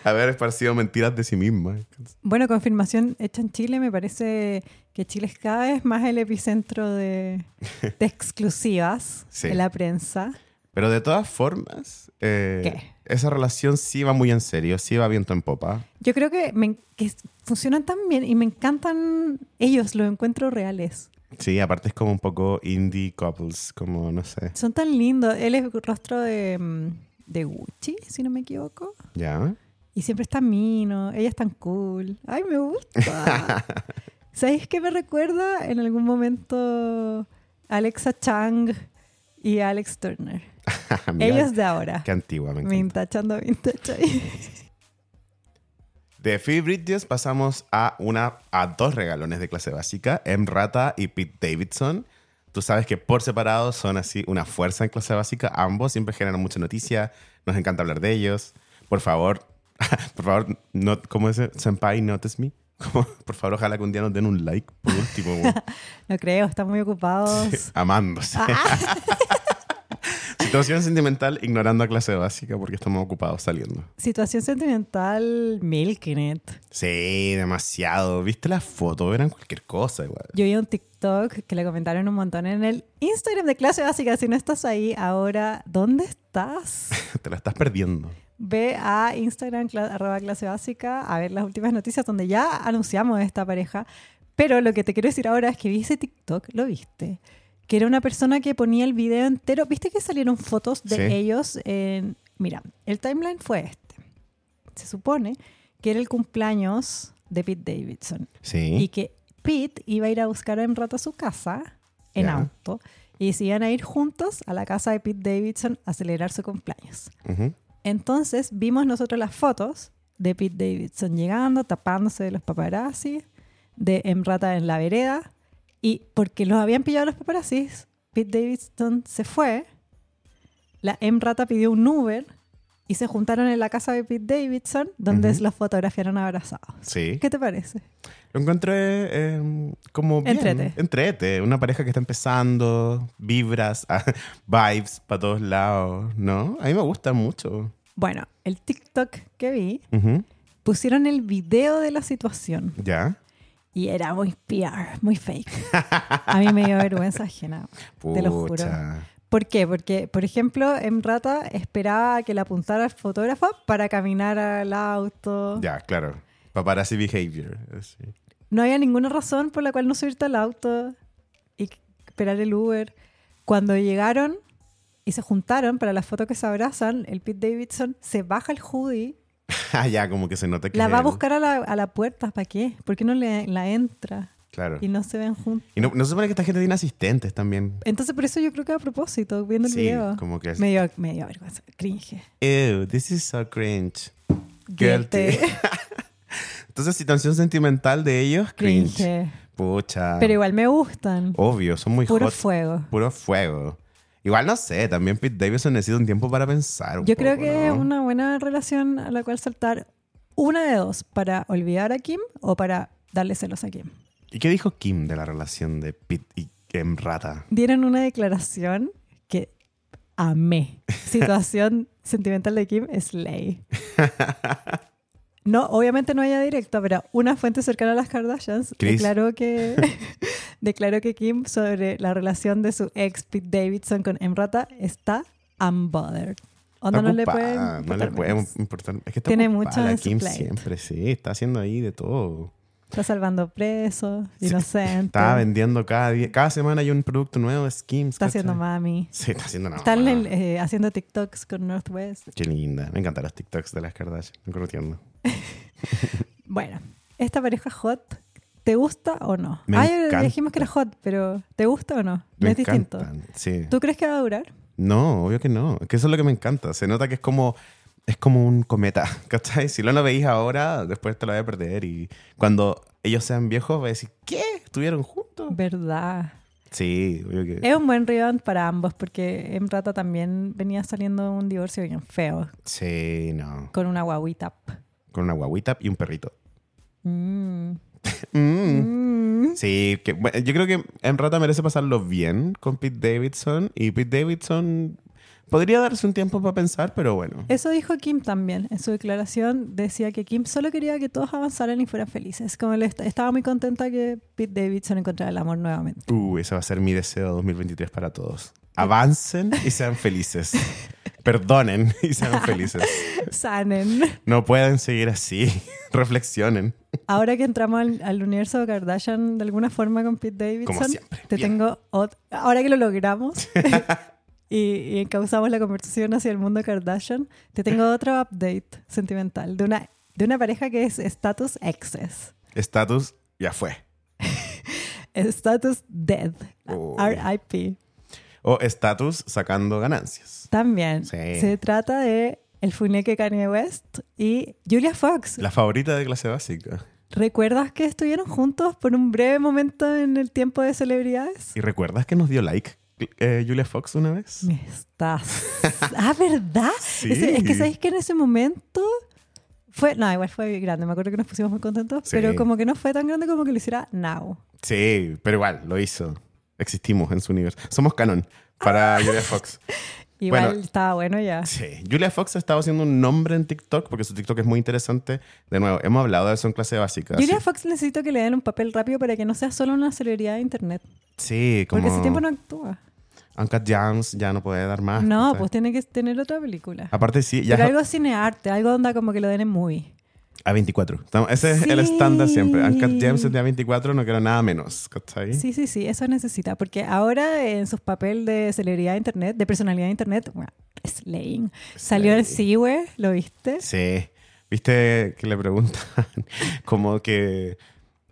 [SPEAKER 3] haber esparcido mentiras de sí misma.
[SPEAKER 2] Bueno, confirmación hecha en Chile. Me parece que Chile es cada vez más el epicentro de, de exclusivas
[SPEAKER 3] Sí.
[SPEAKER 2] en la prensa.
[SPEAKER 3] Pero de todas formas, eh,
[SPEAKER 2] ¿Qué?
[SPEAKER 3] esa relación sí va muy en serio, sí va viento en popa.
[SPEAKER 2] Yo creo que, me- que funcionan tan bien y me encantan ellos, los encuentro reales.
[SPEAKER 3] Sí, aparte es como un poco indie couples, como no sé.
[SPEAKER 2] Son tan lindos. Él es rostro de, mm, de Gucci, si no me equivoco.
[SPEAKER 3] ¿Ya?
[SPEAKER 2] Y siempre está mino, ella es tan cool. Ay, me gusta. ¿Sabéis qué me recuerda en algún momento Alexa Chang y Alex Turner?
[SPEAKER 3] Mira,
[SPEAKER 2] ellos de ahora.
[SPEAKER 3] Qué antigua, me encanta.
[SPEAKER 2] Vintage, ando vintage ahí.
[SPEAKER 3] De Phoebe Bridges pasamos a, una, a dos regalones de clase básica, M. Rata y Pete Davidson. Tú sabes que por separado son así una fuerza en clase básica. Ambos siempre generan mucha noticia. Nos encanta hablar de ellos. Por favor, por favor, no, ¿cómo es? Senpai, notice me. Como, por favor, ojalá que un día nos den un like por último. weón.
[SPEAKER 2] No creo, están muy ocupados.
[SPEAKER 3] Amándose. Situación sentimental ignorando a clase básica porque estamos ocupados saliendo.
[SPEAKER 2] Situación sentimental, Milkinet.
[SPEAKER 3] Sí, demasiado. ¿Viste la foto? Eran cualquier cosa igual.
[SPEAKER 2] Yo vi un TikTok que le comentaron un montón en el Instagram de clase básica. Si no estás ahí ahora, ¿dónde estás?
[SPEAKER 3] Te la estás perdiendo.
[SPEAKER 2] Ve a Instagram cla- arroba clase básica a ver las últimas noticias donde ya anunciamos a esta pareja. Pero lo que te quiero decir ahora es que vi ese TikTok, lo viste, que era una persona que ponía el video entero. ¿Viste que salieron fotos de
[SPEAKER 3] Sí.
[SPEAKER 2] ellos? En... Mira, el timeline fue este. Se supone que era el cumpleaños de Pete Davidson y
[SPEAKER 3] Sí.
[SPEAKER 2] que Pete iba a ir a buscar en rato a su casa en
[SPEAKER 3] Ya.
[SPEAKER 2] auto y se iban a ir juntos a la casa de Pete Davidson a celebrar su cumpleaños.
[SPEAKER 3] Ujú.
[SPEAKER 2] Entonces vimos nosotros las fotos de Pete Davidson llegando, tapándose de los paparazzi, de Emrata en la vereda, y porque los habían pillado los paparazzis, Pete Davidson se fue, la Emrata pidió un Uber y se juntaron en la casa de Pete Davidson, donde
[SPEAKER 3] Ujú.
[SPEAKER 2] los fotografiaron abrazados.
[SPEAKER 3] Sí.
[SPEAKER 2] ¿Qué te parece?
[SPEAKER 3] Lo encontré eh, como bien.
[SPEAKER 2] Entrete.
[SPEAKER 3] Entrete. Una pareja que está empezando, vibras, vibes para todos lados, ¿no? A mí me gusta mucho.
[SPEAKER 2] Bueno, el TikTok que vi
[SPEAKER 3] Ujú.
[SPEAKER 2] pusieron el video de la situación
[SPEAKER 3] ¿Ya?
[SPEAKER 2] y era muy PR, muy fake. A mí me dio vergüenza ajena. Te lo juro.
[SPEAKER 3] Pucha.
[SPEAKER 2] ¿Por qué? Porque, por ejemplo, Emrata esperaba que la apuntara al fotógrafo para caminar al auto.
[SPEAKER 3] Ya, claro. Paparazzi behavior. Sí.
[SPEAKER 2] No había ninguna razón por la cual no subirte al auto y esperar el Uber. Cuando llegaron y se juntaron para la foto que se abrazan, el Pete Davidson se baja el hoodie,
[SPEAKER 3] Ah, ya, como que se nota que.
[SPEAKER 2] la
[SPEAKER 3] es
[SPEAKER 2] va a
[SPEAKER 3] él.
[SPEAKER 2] buscar a la, a la puerta. ¿Para qué? ¿Por qué no le, la entra
[SPEAKER 3] Claro.
[SPEAKER 2] y no se ven juntos?
[SPEAKER 3] Y no, no se supone que esta gente tiene asistentes también.
[SPEAKER 2] Entonces, por eso yo creo que a propósito, viendo el
[SPEAKER 3] Sí,
[SPEAKER 2] video,
[SPEAKER 3] como que es-
[SPEAKER 2] me dio, me dio vergüenza, cringe.
[SPEAKER 3] Ew, this is so cringe. Guilty. Entonces, situación sentimental de ellos, cringe. Oh,
[SPEAKER 2] Cringe.
[SPEAKER 3] Pucha.
[SPEAKER 2] Pero igual me gustan.
[SPEAKER 3] Obvio, son muy
[SPEAKER 2] Puro
[SPEAKER 3] hot.
[SPEAKER 2] fuego.
[SPEAKER 3] Puro fuego. Igual no sé, también Pete Davidson necesita un tiempo para pensar. un
[SPEAKER 2] Yo creo
[SPEAKER 3] poco,
[SPEAKER 2] que es
[SPEAKER 3] ¿no?
[SPEAKER 2] una buena relación a la cual saltar una de dos, para olvidar a Kim o para darle celos a Kim.
[SPEAKER 3] ¿Y qué dijo Kim de la relación de Pete y Em Rata?
[SPEAKER 2] Dieron una declaración que amé. Situación sentimental de Kim es ley. No, obviamente no haya directo, pero una fuente cercana a las Kardashians
[SPEAKER 3] Chris.
[SPEAKER 2] declaró que, declaró que Kim sobre la relación de su ex Pete Davidson con Emrata está unbothered. Onda, no, le
[SPEAKER 3] Está
[SPEAKER 2] pueden
[SPEAKER 3] ocupada, no le
[SPEAKER 2] importar
[SPEAKER 3] puede
[SPEAKER 2] menos.
[SPEAKER 3] importar. Es que está
[SPEAKER 2] Tiene
[SPEAKER 3] ocupada
[SPEAKER 2] mucho
[SPEAKER 3] la
[SPEAKER 2] en su
[SPEAKER 3] Kim
[SPEAKER 2] plate.
[SPEAKER 3] siempre, sí. Está haciendo ahí de todo.
[SPEAKER 2] Está salvando presos, inocentes.
[SPEAKER 3] Está vendiendo cada día. Cada semana hay un producto nuevo, Skims.
[SPEAKER 2] Está
[SPEAKER 3] ¿cachai?
[SPEAKER 2] haciendo mami.
[SPEAKER 3] Sí, está haciendo nada.
[SPEAKER 2] Está en el,
[SPEAKER 3] más.
[SPEAKER 2] eh, haciendo TikToks con Northwest.
[SPEAKER 3] Qué linda. Me encantan los TikToks de las Kardashian. No entiendo.
[SPEAKER 2] Bueno, esta pareja hot, ¿te gusta o no?
[SPEAKER 3] Me
[SPEAKER 2] Ay,
[SPEAKER 3] encanta.
[SPEAKER 2] dijimos que era hot, pero ¿te gusta o no?
[SPEAKER 3] Me
[SPEAKER 2] No es distinto.
[SPEAKER 3] encantan. Sí.
[SPEAKER 2] ¿Tú crees que va a durar?
[SPEAKER 3] No, obvio que no. Es que eso es lo que me encanta. Se nota que es como, es como un cometa, ¿cachai? Si no lo veis ahora, después te lo voy a perder. Y cuando ellos sean viejos, vas a decir, ¿qué? ¿Estuvieron juntos?
[SPEAKER 2] Verdad.
[SPEAKER 3] Sí, obvio que.
[SPEAKER 2] Es un buen rebound para ambos porque en Rata también venía saliendo de un divorcio bien feo
[SPEAKER 3] Sí, no.
[SPEAKER 2] con una guaguita.
[SPEAKER 3] Con una guaguita y un perrito.
[SPEAKER 2] Mm.
[SPEAKER 3] Mm.
[SPEAKER 2] Mm.
[SPEAKER 3] Sí, que, bueno, yo creo que en Rata merece pasarlo bien con Pete Davidson. Y Pete Davidson podría darse un tiempo para pensar, pero bueno.
[SPEAKER 2] Eso dijo Kim también. En su declaración decía que Kim solo quería que todos avanzaran y fueran felices. Como él est- estaba muy contenta que Pete Davidson encontrara el amor nuevamente.
[SPEAKER 3] Uh, ese va a ser mi deseo 2023 para todos. Avancen y sean felices. Perdonen y sean felices.
[SPEAKER 2] Sanen.
[SPEAKER 3] No pueden seguir así. Reflexionen.
[SPEAKER 2] Ahora que entramos al, al universo de Kardashian de alguna forma con Pete Davidson,
[SPEAKER 3] Como siempre.
[SPEAKER 2] te
[SPEAKER 3] Bien.
[SPEAKER 2] tengo ot- ahora que lo logramos y, y encauzamos la conversación hacia el mundo Kardashian, te tengo otro update sentimental de una de una pareja que es status exes,
[SPEAKER 3] Estatus ya fue.
[SPEAKER 2] status dead,
[SPEAKER 3] Oh.
[SPEAKER 2] R.I.P.
[SPEAKER 3] O estatus sacando ganancias.
[SPEAKER 2] También.
[SPEAKER 3] Sí.
[SPEAKER 2] Se trata de el funeque Kanye West y Julia Fox.
[SPEAKER 3] La favorita de clase básica.
[SPEAKER 2] ¿Recuerdas que estuvieron juntos por un breve momento en el tiempo de celebridades?
[SPEAKER 3] ¿Y recuerdas que nos dio like eh, Julia Fox una vez?
[SPEAKER 2] Me estás. Ah, ¿verdad?
[SPEAKER 3] Sí.
[SPEAKER 2] Ese- es que sabéis que en ese momento fue. No, igual fue grande. Me acuerdo que nos pusimos muy contentos,
[SPEAKER 3] Sí.
[SPEAKER 2] pero como que no fue tan grande como que lo hiciera Now.
[SPEAKER 3] Sí, pero igual, lo hizo. Existimos en su universo. Somos canon para Julia Fox.
[SPEAKER 2] Igual
[SPEAKER 3] Bueno.
[SPEAKER 2] estaba bueno ya.
[SPEAKER 3] Sí, Julia Fox ha estado haciendo un nombre en TikTok porque su TikTok es muy interesante. De nuevo, hemos hablado de eso en clase básica.
[SPEAKER 2] Julia
[SPEAKER 3] sí.
[SPEAKER 2] Fox necesito que le den un papel rápido para que no sea solo una celebridad de internet.
[SPEAKER 3] Sí, como Ah,
[SPEAKER 2] Porque ese tiempo no actúa.
[SPEAKER 3] Uncut Gems ya no puede dar más.
[SPEAKER 2] no,
[SPEAKER 3] ¿cachai?
[SPEAKER 2] pues tiene que tener otra película.
[SPEAKER 3] Aparte sí, Ah, ya
[SPEAKER 2] Pero algo cinearte, algo onda como que lo den en movie.
[SPEAKER 3] a 24. Estamos- Ese es el
[SPEAKER 2] Sí.
[SPEAKER 3] estándar siempre. Uncut Gems es de a 24, no quiero nada menos. ¿Cachai?
[SPEAKER 2] Sí, sí, sí, eso necesita. Porque ahora eh, en sus papel de celebridad de internet, de personalidad de internet, bueno, Slaying. Salió el Seaware, ¿lo viste?
[SPEAKER 3] Sí. Viste que le preguntan como que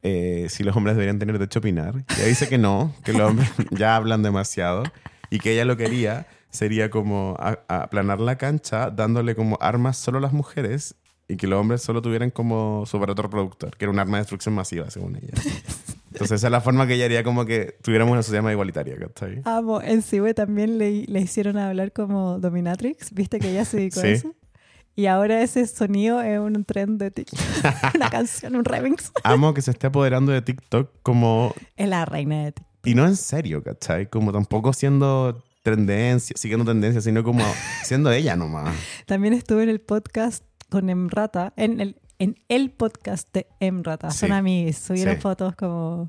[SPEAKER 3] eh, si los hombres deberían tener derecho a opinar. Y Ella dice que no, que los hombres ya hablan demasiado y que ella lo quería sería como a- a aplanar la cancha dándole como armas solo a las mujeres y que los hombres solo tuvieran como su aparato reproductor, que era un arma de destrucción masiva, según ella. Entonces esa es la forma que ella haría como que tuviéramos una sociedad más igualitaria, ¿cachai?
[SPEAKER 2] Amo, en Seaware también le, le hicieron hablar como Dominatrix, ¿viste que ella se dedicó
[SPEAKER 3] Sí.
[SPEAKER 2] a eso? Y ahora ese sonido es un trend de TikTok, una canción, un remix.
[SPEAKER 3] Amo que se esté apoderando de TikTok como
[SPEAKER 2] Es la reina de TikTok.
[SPEAKER 3] Y no en serio, ¿cachai? Como tampoco siendo tendencia, siguiendo tendencia, sino como siendo ella nomás.
[SPEAKER 2] También estuve en el podcast con Emrata, en el, en el podcast de Emrata.
[SPEAKER 3] Sí.
[SPEAKER 2] Son amigos, subieron
[SPEAKER 3] Sí.
[SPEAKER 2] fotos como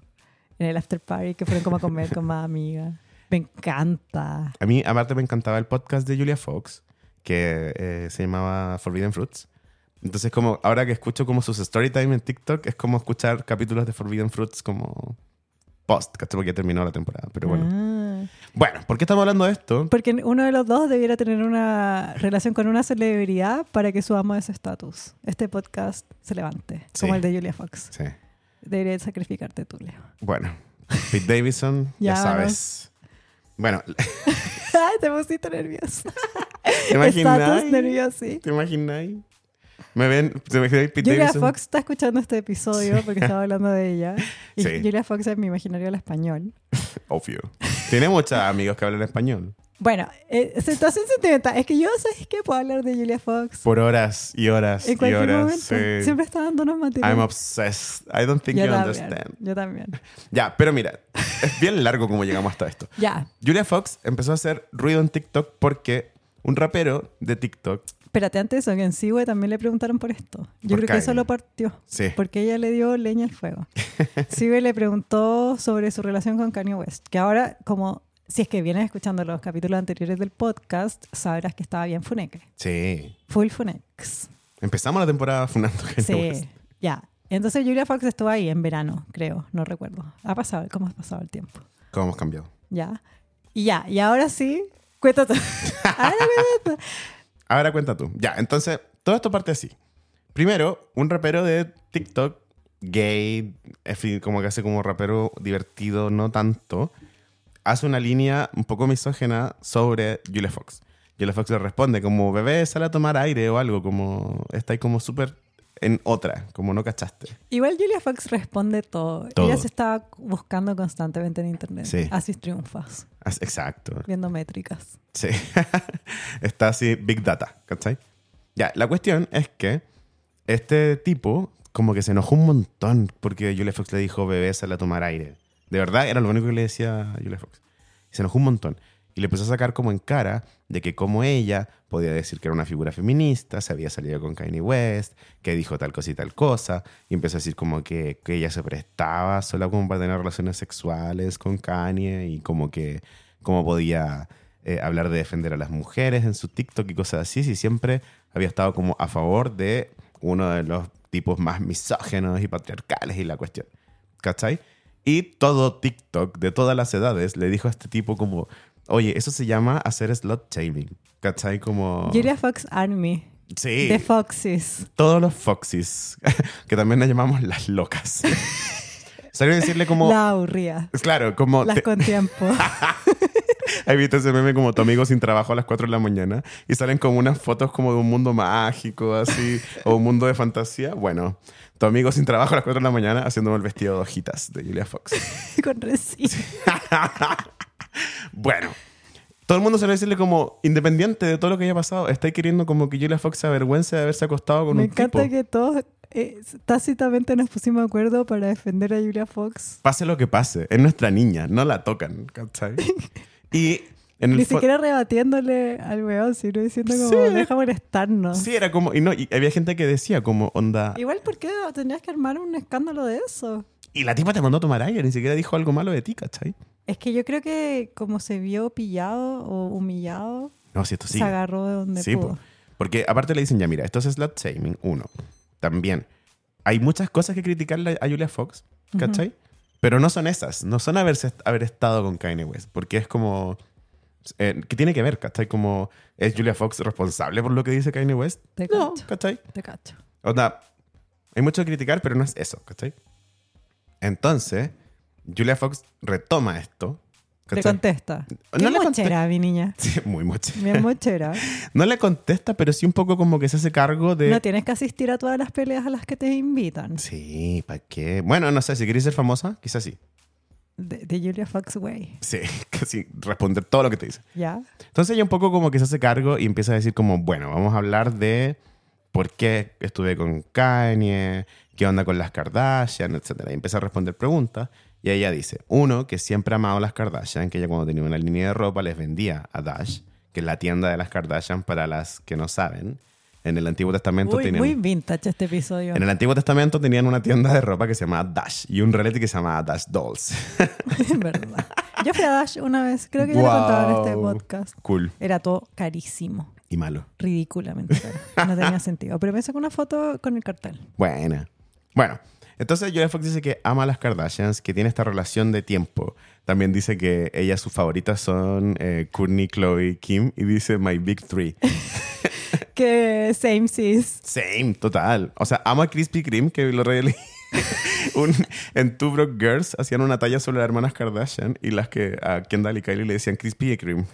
[SPEAKER 2] en el after party que fueron como a comer con más amigas. Me encanta.
[SPEAKER 3] A mí, aparte, me encantaba el podcast de Julia Fox, que eh, se llamaba Forbidden Fruits. Entonces, como ahora que escucho como sus story time en TikTok, es como escuchar capítulos de Forbidden Fruits como post, ¿cachai? Porque ya terminó la temporada, pero bueno.
[SPEAKER 2] Ah.
[SPEAKER 3] Bueno, ¿por qué estamos hablando de esto?
[SPEAKER 2] Porque uno de los dos debiera tener una relación con una celebridad para que subamos ese estatus. Este podcast se levante,
[SPEAKER 3] Sí.
[SPEAKER 2] como el de Julia Fox.
[SPEAKER 3] Sí.
[SPEAKER 2] Debería sacrificarte tú, Leo.
[SPEAKER 3] Bueno, Pete Davidson,
[SPEAKER 2] Ya,
[SPEAKER 3] ya, sabes. Bueno,
[SPEAKER 2] Ay, te pusiste nervioso.
[SPEAKER 3] ¿te imaginas?
[SPEAKER 2] Estatus nervioso, sí.
[SPEAKER 3] ¿Te imagináis? Me ven, ¿te imagináis Pete
[SPEAKER 2] Julia
[SPEAKER 3] Davidson?
[SPEAKER 2] Fox está escuchando este episodio porque estaba hablando de ella. Y
[SPEAKER 3] Sí.
[SPEAKER 2] Julia Fox es mi imaginario al español.
[SPEAKER 3] Obvio. Tiene muchos amigos que hablan español.
[SPEAKER 2] Bueno, eh, situación sentimental. Es que yo, ¿sabes qué? Puedo hablar de Julia Fox
[SPEAKER 3] Por horas y horas
[SPEAKER 2] en
[SPEAKER 3] y
[SPEAKER 2] cualquier
[SPEAKER 3] horas.
[SPEAKER 2] momento.
[SPEAKER 3] sí.
[SPEAKER 2] Siempre está dándonos material.
[SPEAKER 3] I'm obsessed. I don't think
[SPEAKER 2] yo
[SPEAKER 3] you
[SPEAKER 2] también,
[SPEAKER 3] understand.
[SPEAKER 2] Yo también.
[SPEAKER 3] Ya, pero mira, es bien largo como llegamos hasta esto.
[SPEAKER 2] Ya,
[SPEAKER 3] Julia Fox empezó a hacer ruido en TikTok porque un rapero de TikTok,
[SPEAKER 2] espérate, antes de eso, que en sí, güey, también le preguntaron por esto. Yo
[SPEAKER 3] Por
[SPEAKER 2] creo que eso
[SPEAKER 3] Kanye.
[SPEAKER 2] lo partió.
[SPEAKER 3] Sí.
[SPEAKER 2] Porque ella le dio leña al fuego. Sigue le preguntó sobre su relación con Kanye West, que ahora, como si es que vienes escuchando los capítulos anteriores del podcast, sabrás que estaba bien funeque.
[SPEAKER 3] sí,
[SPEAKER 2] Full Funex.
[SPEAKER 3] empezamos la temporada funando Kanye West.
[SPEAKER 2] Sí, ya. Entonces Julia Fox estuvo ahí en verano, creo, no recuerdo. Ha pasado, ¿cómo ha pasado el tiempo?
[SPEAKER 3] ¿Cómo hemos cambiado?
[SPEAKER 2] Ya. Y ya, y ahora sí, cuéntate. ahora cuéntate.
[SPEAKER 3] Ahora cuenta tú. Ya, entonces, todo esto parte así. Primero, un rapero de TikTok, gay, en fin, como que hace como rapero divertido, no tanto, hace una línea un poco misógena sobre Julia Fox. Julia Fox le responde como, bebé, sale a tomar aire o algo, como, está ahí como súper en otra, como no cachaste.
[SPEAKER 2] Igual Julia Fox responde todo.
[SPEAKER 3] Todo.
[SPEAKER 2] Ella se estaba buscando constantemente en internet.
[SPEAKER 3] Sí.
[SPEAKER 2] Así triunfas,
[SPEAKER 3] As- Exacto.
[SPEAKER 2] viendo métricas.
[SPEAKER 3] Sí. Está así, Big Data, ¿cachai? Ya, la cuestión es que este tipo como que se enojó un montón porque Julia Fox le dijo, bebé, sale a tomar aire. De verdad, era lo único que le decía a Julia Fox. Se enojó un montón. Y le empezó a sacar como en cara de que como ella podía decir que era una figura feminista, se había salido con Kanye West, que dijo tal cosa y tal cosa, y empezó a decir como que, que ella se prestaba sola como para tener relaciones sexuales con Kanye y como que cómo podía eh, hablar de defender a las mujeres en su TikTok y cosas así, si siempre había estado como a favor de uno de los tipos más misógenos y patriarcales y la cuestión. ¿Cachai? Y todo TikTok de todas las edades le dijo a este tipo como, oye, eso se llama hacer slot shaming. ¿Cachai? Como...
[SPEAKER 2] Julia Fox Army.
[SPEAKER 3] Oh. Sí,
[SPEAKER 2] De Foxes.
[SPEAKER 3] todos los foxys, que también las llamamos las locas. Salieron a decirle como...
[SPEAKER 2] La aburría.
[SPEAKER 3] Claro, como...
[SPEAKER 2] Las
[SPEAKER 3] te- Ah.
[SPEAKER 2] con tiempo.
[SPEAKER 3] Ahí viste ese meme como tu amigo sin trabajo a las 4 de la mañana y salen como unas fotos como de un mundo mágico, así, o un mundo de fantasía. Bueno, tu amigo sin trabajo a las 4 de la mañana haciéndome el vestido de hojitas de Julia Fox.
[SPEAKER 2] con recibo.
[SPEAKER 3] Bueno, todo el mundo se lo decirle como, independiente de todo lo que haya pasado, estáis queriendo como que Julia Fox se avergüence de haberse acostado con
[SPEAKER 2] Me
[SPEAKER 3] un tipo.
[SPEAKER 2] encanta que todos eh, tácitamente nos pusimos de acuerdo para defender a Julia Fox.
[SPEAKER 3] Pase lo que pase, es nuestra niña, no la tocan, ¿cachai? Y En el
[SPEAKER 2] Ni
[SPEAKER 3] fo-
[SPEAKER 2] siquiera rebatiéndole al weón, sino diciendo como,
[SPEAKER 3] Sí.
[SPEAKER 2] deja molestarnos.
[SPEAKER 3] Sí, era como. Y no, y había gente que decía, como, onda.
[SPEAKER 2] Igual, ¿por qué tendrías que armar un escándalo de eso?
[SPEAKER 3] Y la tipa te mandó a tomar aire, ni siquiera dijo algo malo de ti, ¿cachai?
[SPEAKER 2] Es que yo creo que como se vio pillado o humillado,
[SPEAKER 3] No, si esto sí.
[SPEAKER 2] se agarró de donde
[SPEAKER 3] Sí,
[SPEAKER 2] pudo.
[SPEAKER 3] po. porque aparte le dicen, ya mira, esto es slut shaming, uno. También, hay muchas cosas que criticarle a Julia Fox, ¿cachai? Pero no son esas, no son haberse, haber estado con Kanye West, porque es como... eh, ¿Qué tiene que ver, cachai? Como, ¿es Julia Fox responsable por lo que dice Kanye West?
[SPEAKER 2] Te
[SPEAKER 3] no,
[SPEAKER 2] cacho.
[SPEAKER 3] ¿cachai?
[SPEAKER 2] Te cacho.
[SPEAKER 3] O sea, hay mucho que criticar, pero no es eso, ¿cachai? Entonces, Julia Fox retoma esto.
[SPEAKER 2] Te
[SPEAKER 3] ¿cachai?
[SPEAKER 2] contesta.
[SPEAKER 3] No
[SPEAKER 2] Qué
[SPEAKER 3] le conté-
[SPEAKER 2] mochera, mi niña.
[SPEAKER 3] Sí, muy mucho.
[SPEAKER 2] Bien mochera.
[SPEAKER 3] No le contesta, pero sí un poco como que se hace cargo de...
[SPEAKER 2] No tienes que asistir a todas las peleas a las que te invitan.
[SPEAKER 3] Sí, ¿para qué? Bueno, no sé, si querés ser famosa, quizás sí.
[SPEAKER 2] De, de Julia Fox Way.
[SPEAKER 3] Sí, casi responder todo lo que te dice.
[SPEAKER 2] ¿Ya?
[SPEAKER 3] Entonces ella un poco como que se hace cargo y empieza a decir como, bueno, vamos a hablar de por qué estuve con Kanye, qué onda con las Kardashian, etc. Y empieza a responder preguntas. Y ella dice, uno, que siempre ha amado las Kardashian, que ella cuando tenía una línea de ropa les vendía a Dash, que es la tienda de las Kardashian para las que no saben. En el Antiguo Testamento
[SPEAKER 2] Uy,
[SPEAKER 3] tenían...
[SPEAKER 2] muy vintage este episodio.
[SPEAKER 3] En el Antiguo Testamento tenían una tienda de ropa que se llamaba Dash y un reality que se llamaba Dash Dolls.
[SPEAKER 2] En verdad. Yo fui a Dash una vez. Creo que ya lo contaba en este
[SPEAKER 3] Wow.
[SPEAKER 2] podcast.
[SPEAKER 3] Cool.
[SPEAKER 2] Era todo carísimo.
[SPEAKER 3] Y malo.
[SPEAKER 2] Ridículamente. caro. No tenía sentido. Pero me sacó una foto con el cartel.
[SPEAKER 3] Buena. Bueno, entonces Julia Fox dice que ama a las Kardashians, que tiene esta relación de tiempo. También dice que ellas, sus favoritas son eh, Kourtney, Chloe, Kim y dice My Big Three.
[SPEAKER 2] Que same sis.
[SPEAKER 3] Same, total. O sea, amo a Krispy Kreme, que lo leí un, en Two Broke Girls hacían una talla sobre las hermanas Kardashian y las que a Kendall y Kylie le decían Krispy Kreme.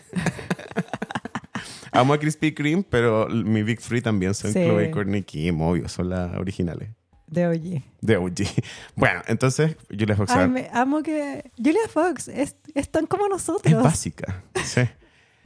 [SPEAKER 3] Amo a Krispy Kreme, pero mi Big Three también son
[SPEAKER 2] Sí.
[SPEAKER 3] Chloe, Kourtney y Kim, obvio, son las originales
[SPEAKER 2] De oye.
[SPEAKER 3] de OG. Bueno, entonces Julia Fox
[SPEAKER 2] Ay,
[SPEAKER 3] era-
[SPEAKER 2] me- amo que. Julia Fox es, es tan como
[SPEAKER 3] es
[SPEAKER 2] nosotros.
[SPEAKER 3] básica. Sí.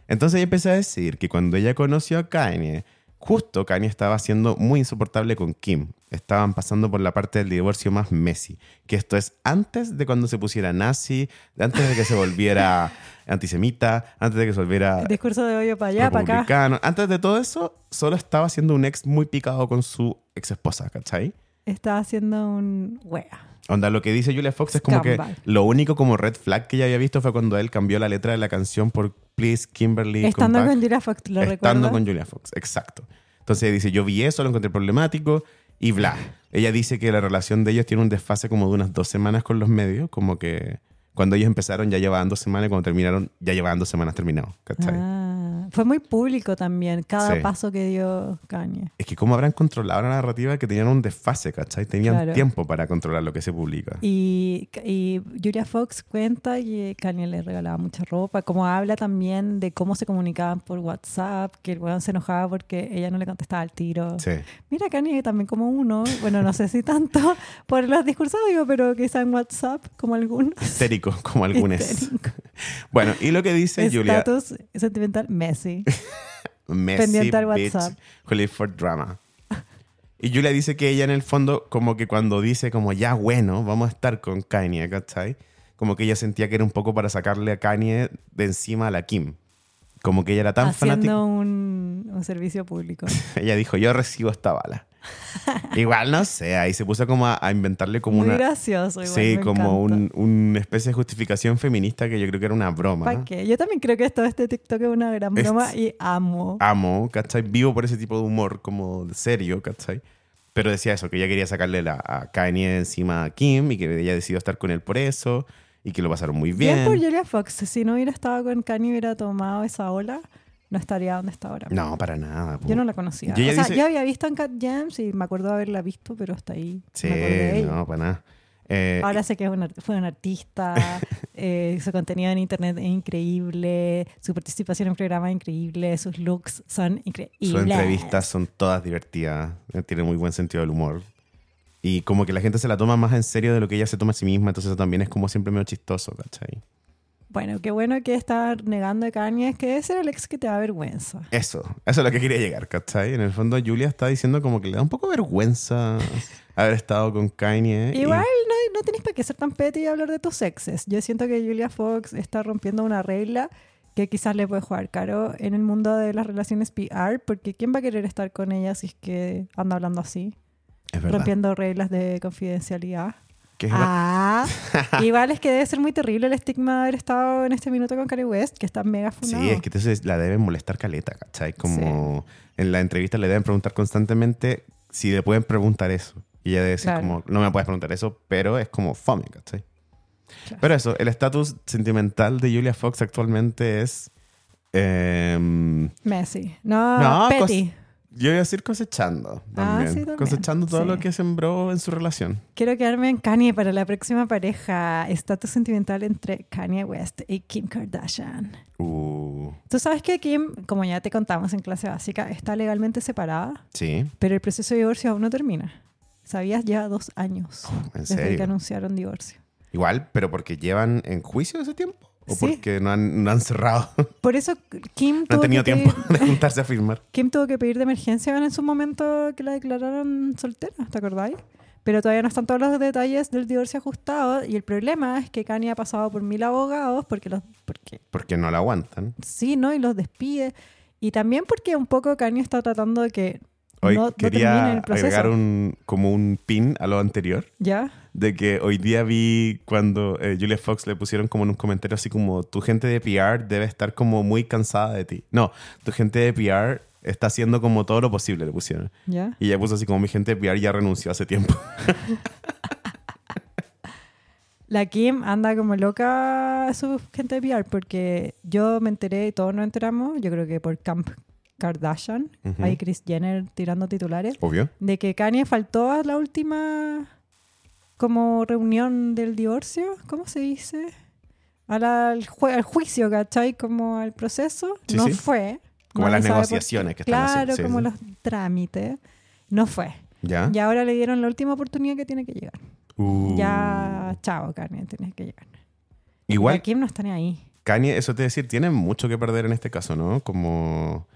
[SPEAKER 3] Entonces ella empieza a decir que cuando ella conoció a Kanye, justo Kanye estaba siendo muy insoportable con Kim. Estaban pasando por la parte del divorcio más Messi, que esto es antes de cuando se pusiera nazi, antes de que se volviera antisemita, antes de que se volviera
[SPEAKER 2] El discurso de hoyo para allá, para acá.
[SPEAKER 3] republicano. Antes de todo eso, solo estaba siendo un ex muy picado con su ex esposa, ¿cachai?
[SPEAKER 2] Está haciendo un. Wea.
[SPEAKER 3] Onda, lo que dice Julia Fox es como que
[SPEAKER 2] Scumbag.
[SPEAKER 3] lo único como red flag que ella había visto fue cuando él cambió la letra de la canción por Please Kimberly.
[SPEAKER 2] Estando
[SPEAKER 3] come
[SPEAKER 2] con
[SPEAKER 3] back.
[SPEAKER 2] Julia Fox, ¿lo
[SPEAKER 3] Estando
[SPEAKER 2] recuerdas?
[SPEAKER 3] con Julia Fox, exacto. Entonces ella dice, yo vi eso, lo encontré problemático y bla. Ella dice que la relación de ellos tiene un desfase como de unas dos semanas con los medios, como que cuando ellos empezaron ya llevaban dos semanas y cuando terminaron ya llevaban dos semanas terminado. ¿cachai?
[SPEAKER 2] Ah, fue muy público también cada
[SPEAKER 3] Sí.
[SPEAKER 2] paso que dio Kanye.
[SPEAKER 3] Es que cómo habrán controlado la narrativa que tenían un desfase, ¿cachai? Tenían
[SPEAKER 2] Claro.
[SPEAKER 3] tiempo para controlar lo que se publica.
[SPEAKER 2] Y, y Julia Fox cuenta que Kanye le regalaba mucha ropa, como habla también de cómo se comunicaban por WhatsApp, que el weón se enojaba porque ella no le contestaba al tiro.
[SPEAKER 3] Sí.
[SPEAKER 2] Mira, Kanye también como uno, bueno, no sé si tanto por los discursos, digo, pero quizá en WhatsApp, como algunos.
[SPEAKER 3] Histérico, como algunos.
[SPEAKER 2] Histérico.
[SPEAKER 3] Bueno, y lo que dice Julia.
[SPEAKER 2] Estatus sentimental Messi.
[SPEAKER 3] Messi,
[SPEAKER 2] Pendiente al
[SPEAKER 3] bitch,
[SPEAKER 2] WhatsApp.
[SPEAKER 3] Hollywood for drama. Y Julia dice que ella en el fondo, como que cuando dice como ya bueno, vamos a estar con Kanye, ¿cachai? Como que ella sentía que era un poco para sacarle a Kanye de encima a la Kim. Como que ella era tan fanática.
[SPEAKER 2] haciendo un, un servicio público.
[SPEAKER 3] Ella dijo, yo recibo esta bala. Igual no sé, ahí se puso como a, a inventarle como
[SPEAKER 2] Muy
[SPEAKER 3] una...
[SPEAKER 2] gracioso. Igual,
[SPEAKER 3] sí,
[SPEAKER 2] me
[SPEAKER 3] como
[SPEAKER 2] encanta.
[SPEAKER 3] un- una especie de justificación feminista que yo creo que era una broma.
[SPEAKER 2] ¿Para qué? Yo también creo que todo este TikTok es una gran
[SPEAKER 3] Es-
[SPEAKER 2] broma y amo.
[SPEAKER 3] amo, ¿cachai? Vivo por ese tipo de humor como serio, ¿cachai? Pero decía eso, que ella quería sacarle la, a Kanye encima a Kim y que ella decidió estar con él por eso y que lo pasaron muy
[SPEAKER 2] Bien.
[SPEAKER 3] bien.
[SPEAKER 2] por Julia Fox. Si no hubiera estado con Kanye y hubiera tomado esa ola, no estaría donde está ahora.
[SPEAKER 3] no, para nada. po.
[SPEAKER 2] Yo no la conocía.
[SPEAKER 3] Y ella
[SPEAKER 2] o sea,
[SPEAKER 3] dice-
[SPEAKER 2] yo había visto en Cat Jams y me acuerdo de haberla visto, pero hasta ahí.
[SPEAKER 3] Sí,
[SPEAKER 2] me acordé de ella.
[SPEAKER 3] no, para nada. Eh,
[SPEAKER 2] Ahora sé que es un ar- fue un artista, eh, su contenido en internet es increíble, su participación en programas es increíble, sus looks son increíbles.
[SPEAKER 3] Sus entrevistas son todas divertidas, eh, tiene muy buen sentido del humor. Y como que la gente se la toma más en serio de lo que ella se toma a sí misma, entonces eso también es como siempre medio chistoso, ¿cachai?
[SPEAKER 2] Bueno, qué bueno que estar negando a Kanye, es que ese era el ex que te da vergüenza.
[SPEAKER 3] Eso, eso es lo que quería llegar, ¿cachai? En el fondo Julia está diciendo como que le da un poco vergüenza haber estado con Kanye. y-
[SPEAKER 2] Igual no, no tenés para qué ser tan petty y hablar de tus exes. Yo siento que Julia Fox está rompiendo una regla que quizás le puede jugar caro en el mundo de las relaciones PR, porque ¿quién va a querer estar con ella si es que anda hablando así?
[SPEAKER 3] Es verdad.
[SPEAKER 2] Rompiendo reglas de confidencialidad.
[SPEAKER 3] Que es la-
[SPEAKER 2] Ah, igual es que debe ser muy terrible el estigma de haber estado en este minuto con Kanye West, que está mega
[SPEAKER 3] Sí,
[SPEAKER 2] funado.
[SPEAKER 3] es que entonces la deben molestar caleta, ¿cachai? Como en la entrevista le deben preguntar constantemente si le pueden preguntar eso. Y ella debe decir
[SPEAKER 2] Claro.
[SPEAKER 3] como, no me puedes preguntar eso, pero es como fome, ¿cachai?
[SPEAKER 2] Claro.
[SPEAKER 3] Pero eso, el estatus sentimental de Julia Fox actualmente es... em,
[SPEAKER 2] Messi. No,
[SPEAKER 3] No,
[SPEAKER 2] Petty.
[SPEAKER 3] yo iba a decir cosechando
[SPEAKER 2] Ah,
[SPEAKER 3] también.
[SPEAKER 2] sí, también.
[SPEAKER 3] Cosechando todo
[SPEAKER 2] Sí.
[SPEAKER 3] lo que sembró en su relación.
[SPEAKER 2] Quiero quedarme en Kanye para la próxima pareja. Estatus sentimental entre Kanye West y Kim Kardashian.
[SPEAKER 3] Uh,
[SPEAKER 2] Tú sabes que Kim, como ya te contamos en clase básica, está legalmente separada,
[SPEAKER 3] sí,
[SPEAKER 2] pero el proceso de divorcio aún no termina. Sabías ya dos años
[SPEAKER 3] Oh, en
[SPEAKER 2] desde que
[SPEAKER 3] serio.
[SPEAKER 2] anunciaron divorcio.
[SPEAKER 3] Igual, pero porque llevan en juicio ese tiempo. ¿O
[SPEAKER 2] Sí.
[SPEAKER 3] porque no han, no han cerrado?
[SPEAKER 2] Por eso Kim
[SPEAKER 3] no han
[SPEAKER 2] tuvo
[SPEAKER 3] tenido
[SPEAKER 2] que
[SPEAKER 3] tiempo
[SPEAKER 2] pedir-
[SPEAKER 3] de juntarse a firmar.
[SPEAKER 2] Kim tuvo que pedir de emergencia en su momento que la declararon soltera, ¿te acordáis? Pero todavía no están todos los detalles del divorcio ajustado y el problema es que Kanye ha pasado por mil abogados porque los porque
[SPEAKER 3] Porque no la aguantan.
[SPEAKER 2] sí, ¿no? Y los despide. Y también porque un poco Kanye está tratando de que
[SPEAKER 3] Hoy
[SPEAKER 2] no, no termine
[SPEAKER 3] quería
[SPEAKER 2] el proceso.
[SPEAKER 3] agregar un, como un pin a lo anterior.
[SPEAKER 2] ¿Ya?
[SPEAKER 3] De que hoy día vi cuando eh, Julia Fox le pusieron como en un comentario así como tu gente de PR debe estar como muy cansada de ti. No, tu gente de PR está haciendo como todo lo posible, le pusieron.
[SPEAKER 2] ¿Ya?
[SPEAKER 3] Y ella puso así como mi gente de PR ya renunció hace tiempo.
[SPEAKER 2] La Kim anda como loca su gente de PR porque yo me enteré y todos nos enteramos, yo creo que por Camp Kardashian,
[SPEAKER 3] Ujú.
[SPEAKER 2] ahí Chris Jenner tirando titulares,
[SPEAKER 3] Obvio.
[SPEAKER 2] de que Kanye faltó a la última como reunión del divorcio, ¿cómo se dice? A la- al, ju- al juicio, ¿cachai? Como al proceso.
[SPEAKER 3] Sí,
[SPEAKER 2] no
[SPEAKER 3] sí.
[SPEAKER 2] fue.
[SPEAKER 3] Como las
[SPEAKER 2] Nadie sabe por qué.
[SPEAKER 3] negociaciones que están
[SPEAKER 2] Claro,
[SPEAKER 3] haciendo, sí, Ah.
[SPEAKER 2] como
[SPEAKER 3] sí.
[SPEAKER 2] los trámites. No fue.
[SPEAKER 3] ¿Ya?
[SPEAKER 2] Y ahora le dieron la última oportunidad que tiene que llegar.
[SPEAKER 3] Uh.
[SPEAKER 2] Ya, chao, Kanye, tienes que llegar.
[SPEAKER 3] Igual
[SPEAKER 2] La Kim no está ni ahí.
[SPEAKER 3] Kanye, eso te decir, tiene mucho que perder en este caso, ¿no? Como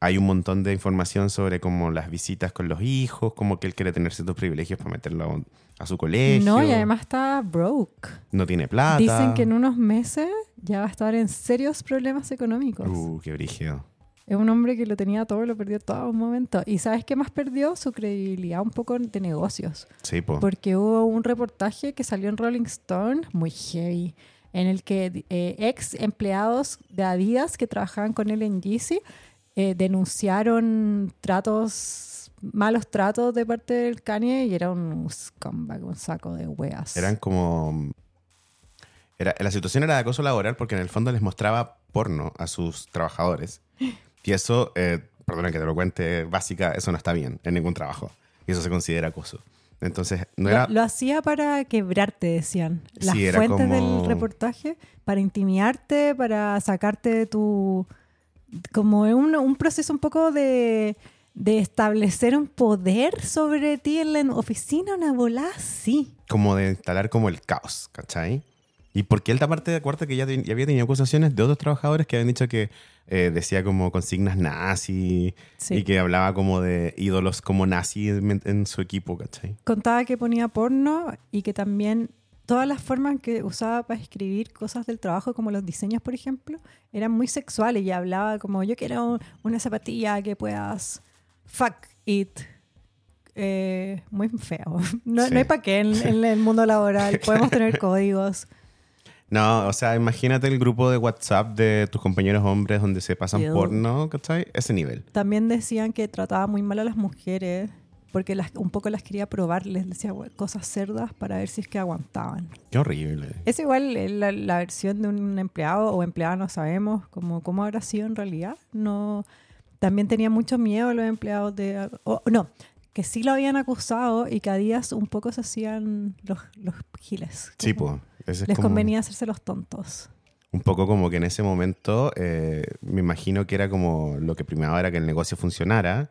[SPEAKER 3] hay un montón de información sobre como las visitas con los hijos, como que él quiere tener ciertos privilegios para meterlo a su colegio.
[SPEAKER 2] No, y además está broke.
[SPEAKER 3] no tiene plata.
[SPEAKER 2] Dicen que en unos meses ya va a estar en serios problemas económicos.
[SPEAKER 3] Uh, qué brígido.
[SPEAKER 2] Es un hombre que lo tenía todo, lo perdió todo a un momento. ¿Y sabes qué más perdió? Su credibilidad un poco de negocios.
[SPEAKER 3] Sí, po.
[SPEAKER 2] Porque hubo un reportaje que salió en Rolling Stone, muy heavy, en el que eh, ex empleados de Adidas que trabajaban con él en Yeezy eh, denunciaron tratos, malos tratos de parte del Kanye y era un scumbag, un saco de weas.
[SPEAKER 3] Eran como... Era, la situación era de acoso laboral porque en el fondo les mostraba porno a sus trabajadores. Y eso, eh, perdona que te lo cuente, básica, eso no está bien en ningún trabajo. Y eso se considera acoso. Entonces, no
[SPEAKER 2] Lo-
[SPEAKER 3] era...
[SPEAKER 2] Lo, hacía para quebrarte, decían. Las
[SPEAKER 3] Sí, era
[SPEAKER 2] fuentes
[SPEAKER 3] como-
[SPEAKER 2] del reportaje, para intimidarte, para sacarte de tu... Como es un, un proceso un poco de, de establecer un poder sobre ti en la oficina, una bola así.
[SPEAKER 3] como de instalar como el caos, ¿cachai? Y porque él aparte de acuerdo que ya, ten- ya había tenido acusaciones de otros trabajadores que habían dicho que eh, decía como consignas nazi
[SPEAKER 2] Sí.
[SPEAKER 3] y que hablaba como de ídolos como nazi en, en su equipo, ¿cachai?
[SPEAKER 2] Contaba que ponía porno y que también todas las formas que usaba para escribir cosas del trabajo, como los diseños, por ejemplo, eran muy sexuales y hablaba como yo quiero un- una zapatilla que puedas fuck it. Eh, muy feo. No,
[SPEAKER 3] Sí.
[SPEAKER 2] no hay para qué en, en el mundo laboral. Podemos tener códigos.
[SPEAKER 3] No, o sea, imagínate el grupo de WhatsApp de tus compañeros hombres donde se pasan
[SPEAKER 2] Ew.
[SPEAKER 3] porno, ¿cachai? Ese nivel.
[SPEAKER 2] También decían que trataba muy mal a las mujeres porque las, un poco las quería probar, les decía "Bueno, cosas cerdas para ver si es que aguantaban.
[SPEAKER 3] Qué horrible.
[SPEAKER 2] Es igual eh, la, la versión de un empleado o empleada, no sabemos cómo, cómo habrá sido en realidad. No, también tenía mucho miedo los empleados de... o- no, que sí lo habían acusado y que a días un poco se hacían los, los giles.
[SPEAKER 3] Sí,
[SPEAKER 2] Como
[SPEAKER 3] po. Ese es
[SPEAKER 2] Les
[SPEAKER 3] como-
[SPEAKER 2] convenía hacerse los tontos.
[SPEAKER 3] Un poco como que en ese momento eh, me imagino que era como lo que primero era que el negocio funcionara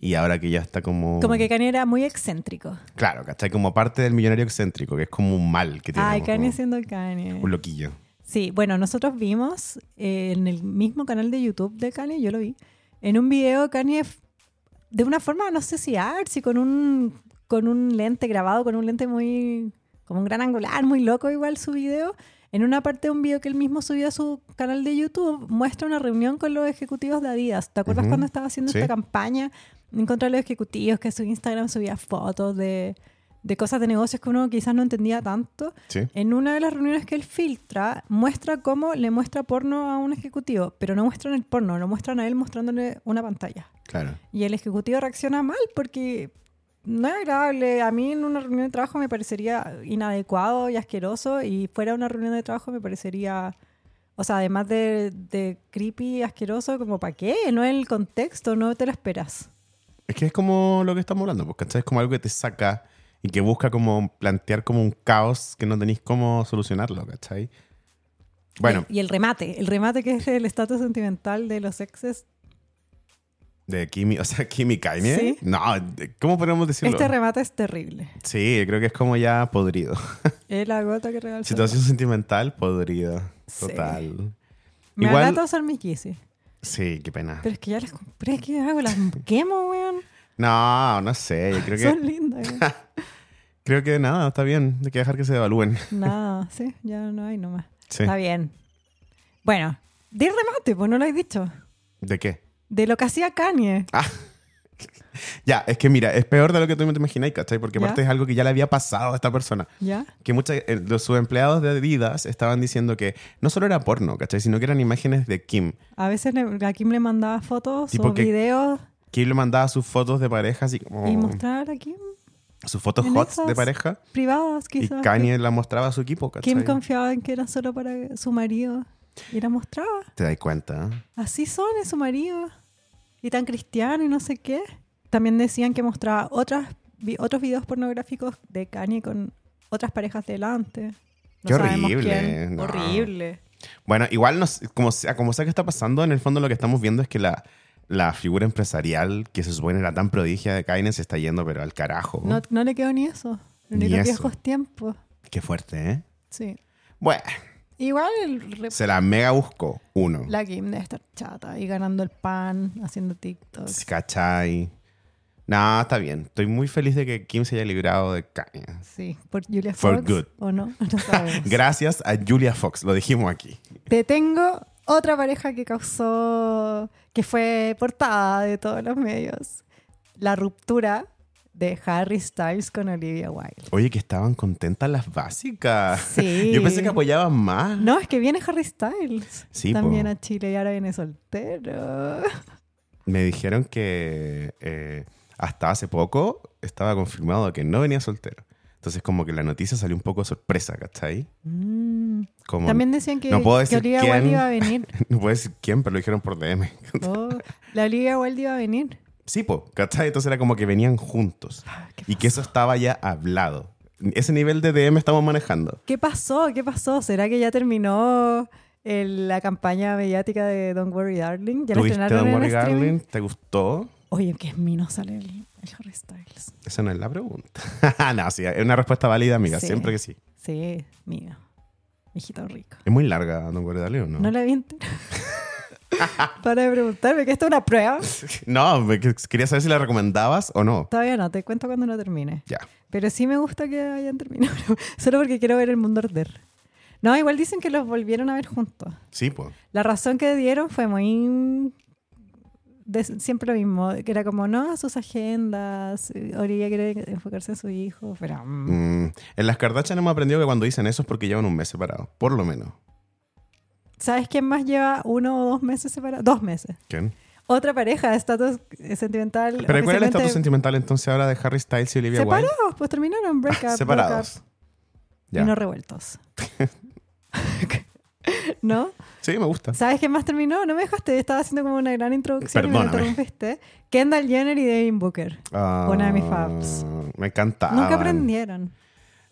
[SPEAKER 3] y ahora que ya está como...
[SPEAKER 2] Como que Kanye era muy excéntrico.
[SPEAKER 3] Claro, ¿cachai? Como parte del millonario excéntrico, que es como un mal que tiene.
[SPEAKER 2] Ay, Kanye
[SPEAKER 3] como
[SPEAKER 2] siendo Kanye.
[SPEAKER 3] Un loquillo.
[SPEAKER 2] Sí, bueno, nosotros vimos eh, en el mismo canal de YouTube de Kanye, yo lo vi, en un video Kanye f- de una forma, no sé si artsy, con un, con un lente grabado, con un lente muy, como un gran angular, muy loco igual su video, En una parte de un video que él mismo subió a su canal de YouTube, muestra una reunión con los ejecutivos de Adidas. ¿Te acuerdas
[SPEAKER 3] Ujú.
[SPEAKER 2] cuando estaba haciendo
[SPEAKER 3] Sí.
[SPEAKER 2] esta campaña en contra de los ejecutivos que a su Instagram subía fotos de, de cosas de negocios que uno quizás no entendía tanto?
[SPEAKER 3] Sí.
[SPEAKER 2] En una de las reuniones que él filtra, muestra cómo le muestra porno a un ejecutivo, pero no muestran el porno, lo muestran a él mostrándole una pantalla.
[SPEAKER 3] Claro.
[SPEAKER 2] Y el ejecutivo reacciona mal porque no es agradable. A mí en una reunión de trabajo me parecería inadecuado y asqueroso y fuera de una reunión de trabajo me parecería, o sea, además de, de creepy, asqueroso, como ¿para qué? No es el contexto, no te lo esperas.
[SPEAKER 3] Es que es como lo que estamos hablando, porque Es como algo que te saca y que busca como plantear como un caos que no tenéis cómo solucionarlo, ¿cachai? Bueno,
[SPEAKER 2] Y, y el remate, el remate que es el estatus sentimental de los exes.
[SPEAKER 3] de Kimi, o sea, Kimi Kaine.
[SPEAKER 2] Sí.
[SPEAKER 3] No, de- ¿cómo podemos decirlo?
[SPEAKER 2] Este remate es terrible.
[SPEAKER 3] sí, creo que es como ya podrido.
[SPEAKER 2] Es la gota que regaló.
[SPEAKER 3] Situación sentimental podrida.
[SPEAKER 2] Sí.
[SPEAKER 3] Total.
[SPEAKER 2] Me
[SPEAKER 3] Igual-
[SPEAKER 2] van a usar mis kisses.
[SPEAKER 3] Sí, qué pena.
[SPEAKER 2] Pero es que ya las compré, ¿qué hago? Las quemo, weón.
[SPEAKER 3] No, no sé. Yo creo
[SPEAKER 2] Son
[SPEAKER 3] que,
[SPEAKER 2] lindas. weón.
[SPEAKER 3] creo que nada, está bien. Hay que dejar que se evalúen.
[SPEAKER 2] Nada, sí, ya no hay nomás.
[SPEAKER 3] Sí.
[SPEAKER 2] Está bien. Bueno, de remate, pues no lo he dicho.
[SPEAKER 3] ¿De qué?
[SPEAKER 2] De lo que hacía Kanye.
[SPEAKER 3] Ya, es que mira, es peor de lo que tú te imaginas, ¿cachai? Porque
[SPEAKER 2] Ya.
[SPEAKER 3] aparte es algo que ya le había pasado a esta persona.
[SPEAKER 2] ¿Ya?
[SPEAKER 3] Que muchos de sus empleados de Adidas estaban diciendo que no solo era porno, ¿cachai? Sino que eran imágenes de Kim.
[SPEAKER 2] A veces le- a Kim le mandaba fotos
[SPEAKER 3] Tipo
[SPEAKER 2] o
[SPEAKER 3] que-
[SPEAKER 2] videos
[SPEAKER 3] Kim le mandaba sus fotos de pareja, así
[SPEAKER 2] y
[SPEAKER 3] como...
[SPEAKER 2] mostrar a Kim
[SPEAKER 3] Sus fotos
[SPEAKER 2] en
[SPEAKER 3] hot
[SPEAKER 2] esas
[SPEAKER 3] de pareja.
[SPEAKER 2] privados,
[SPEAKER 3] Y
[SPEAKER 2] quizás.
[SPEAKER 3] Kanye la mostraba a su equipo, ¿cachai?
[SPEAKER 2] Kim confiaba en que era solo para su marido y la mostraba.
[SPEAKER 3] Te das cuenta, ¿eh?
[SPEAKER 2] Así son, es su marido. Y tan cristiano y no sé qué. También decían que mostraba otras, vi- otros videos pornográficos de Kanye con otras parejas delante.
[SPEAKER 3] Qué
[SPEAKER 2] sabemos
[SPEAKER 3] horrible,
[SPEAKER 2] quién.
[SPEAKER 3] no.
[SPEAKER 2] Horrible.
[SPEAKER 3] Bueno, igual, nos, como, sea, como sea que está pasando, en el fondo lo que estamos viendo es que la, la figura empresarial que se supone era tan prodigia de Kanye se está yendo, pero al carajo.
[SPEAKER 2] No, no le quedó ni eso.
[SPEAKER 3] Ni
[SPEAKER 2] Ni los
[SPEAKER 3] eso.
[SPEAKER 2] viejos tiempos.
[SPEAKER 3] Qué fuerte, ¿eh?
[SPEAKER 2] Sí.
[SPEAKER 3] Bueno,
[SPEAKER 2] Igual el re-
[SPEAKER 3] se la mega buscó. Uno.
[SPEAKER 2] la Kim debe estar chata y ganando el pan, haciendo TikTok.
[SPEAKER 3] ¿Cachai? No, está bien. Estoy muy feliz de que Kim se haya librado de Kanye.
[SPEAKER 2] Sí, por Julia
[SPEAKER 3] For
[SPEAKER 2] Fox.
[SPEAKER 3] good.
[SPEAKER 2] ¿O no? No sabemos.
[SPEAKER 3] Gracias a Julia Fox, lo dijimos aquí.
[SPEAKER 2] Te tengo otra pareja que causó, que fue portada de todos los medios. La ruptura de Harry Styles con Olivia Wilde.
[SPEAKER 3] Oye, que estaban contentas las básicas.
[SPEAKER 2] Sí.
[SPEAKER 3] Yo pensé que apoyaban más.
[SPEAKER 2] No, es que viene Harry Styles.
[SPEAKER 3] Sí, po.
[SPEAKER 2] También a Chile y ahora viene soltero.
[SPEAKER 3] Me dijeron que eh, hasta hace poco estaba confirmado que no venía soltero. Entonces, como que la noticia salió un poco de sorpresa, ¿cachai?
[SPEAKER 2] Mm.
[SPEAKER 3] Como,
[SPEAKER 2] También decían que,
[SPEAKER 3] no puedo
[SPEAKER 2] que
[SPEAKER 3] decir
[SPEAKER 2] Olivia
[SPEAKER 3] quién.
[SPEAKER 2] Wilde iba a venir.
[SPEAKER 3] No puedo decir quién, pero lo dijeron por DM.
[SPEAKER 2] Oh, la Olivia Wilde iba a venir.
[SPEAKER 3] Sí, po, ¿cachai? Entonces era como que venían juntos.
[SPEAKER 2] Ah, ¿Qué
[SPEAKER 3] Y que eso estaba ya hablado. Ese nivel de DM estamos manejando.
[SPEAKER 2] ¿Qué pasó? ¿Qué pasó? ¿Será que ya terminó el- la campaña mediática de Don't Worry Darling? ¿Ya la
[SPEAKER 3] ¿Tuviste
[SPEAKER 2] estrenaron
[SPEAKER 3] Don
[SPEAKER 2] en
[SPEAKER 3] Worry
[SPEAKER 2] streaming?
[SPEAKER 3] Garland? ¿Te gustó?
[SPEAKER 2] Oye, que es mino sale el, el Harry Styles.
[SPEAKER 3] Esa no es la pregunta. no, sí, es una respuesta válida, amiga.
[SPEAKER 2] Sí.
[SPEAKER 3] Siempre que sí.
[SPEAKER 2] Sí, mío. Mijito rico.
[SPEAKER 3] Es muy larga, Don Worry Darling, ¿o no?
[SPEAKER 2] No la vi entera. Para de preguntarme, que esto es una prueba.
[SPEAKER 3] No, me- que- quería saber si la recomendabas o no.
[SPEAKER 2] Todavía no, te cuento cuando lo termine.
[SPEAKER 3] Ya.
[SPEAKER 2] Pero sí me gusta que hayan terminado. Solo porque quiero ver el mundo arder. No, igual dicen que los volvieron a ver juntos.
[SPEAKER 3] Sí, pues.
[SPEAKER 2] La razón que dieron fue muy... de- siempre lo mismo, que era como, no, sus agendas, Olivia quiere enfocarse en su hijo, pero... mm,
[SPEAKER 3] Mm, En las Kardashian hemos aprendido que cuando dicen eso es porque llevan un mes separados, por lo menos.
[SPEAKER 2] ¿Sabes quién más lleva uno o dos meses separados? Dos meses.
[SPEAKER 3] ¿Quién?
[SPEAKER 2] Otra pareja, estatus eh, sentimental.
[SPEAKER 3] Pero ¿cuál es el
[SPEAKER 2] oficialmente
[SPEAKER 3] estatus sentimental entonces ahora de Harry Styles y Olivia Wilde?
[SPEAKER 2] Separados, pues terminaron breakup.
[SPEAKER 3] Separados.
[SPEAKER 2] breakup,
[SPEAKER 3] Ya.
[SPEAKER 2] Y no revueltos. ¿No?
[SPEAKER 3] Sí, me gusta.
[SPEAKER 2] ¿Sabes qué más terminó? No me dejaste, estaba haciendo como una gran introducción y me
[SPEAKER 3] Perdóname.
[SPEAKER 2] interrumpiste. Kendall Jenner y Devin Booker.
[SPEAKER 3] Ah,
[SPEAKER 2] Una de mis faves.
[SPEAKER 3] Me encantaba.
[SPEAKER 2] Nunca aprendieron.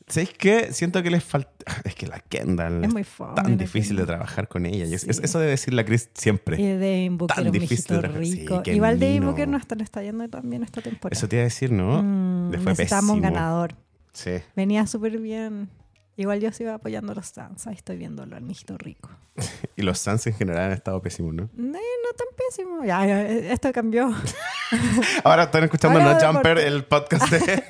[SPEAKER 3] ¿Sabes qué? Siento que les falta. Es que la Kendall
[SPEAKER 2] Es muy fome,
[SPEAKER 3] tan
[SPEAKER 2] la
[SPEAKER 3] difícil de
[SPEAKER 2] Kendall.
[SPEAKER 3] trabajar con ella. Y es-
[SPEAKER 2] Sí.
[SPEAKER 3] es- eso debe decir la Chris siempre.
[SPEAKER 2] Y Devin Booker,
[SPEAKER 3] Tan
[SPEAKER 2] un
[SPEAKER 3] difícil
[SPEAKER 2] mijito
[SPEAKER 3] de re- sí,
[SPEAKER 2] rico.
[SPEAKER 3] qué
[SPEAKER 2] Igual Devin
[SPEAKER 3] mino.
[SPEAKER 2] Booker no está, le está yendo tan bien esta temporada.
[SPEAKER 3] Eso te iba a decir, ¿no?
[SPEAKER 2] Mm,
[SPEAKER 3] Le fue
[SPEAKER 2] necesitamos un
[SPEAKER 3] pésimo.
[SPEAKER 2] ganador.
[SPEAKER 3] Sí.
[SPEAKER 2] Venía súper bien. Igual yo sigo apoyando a los Sansa y estoy viéndolo al mijito rico.
[SPEAKER 3] Y los Suns en general han estado pésimos, ¿no?
[SPEAKER 2] No, no tan pésimo. Ya, ya, eh, esto cambió.
[SPEAKER 3] Ahora están escuchando
[SPEAKER 2] Ahora
[SPEAKER 3] No
[SPEAKER 2] de
[SPEAKER 3] Jumper,
[SPEAKER 2] deporte.
[SPEAKER 3] el podcast de,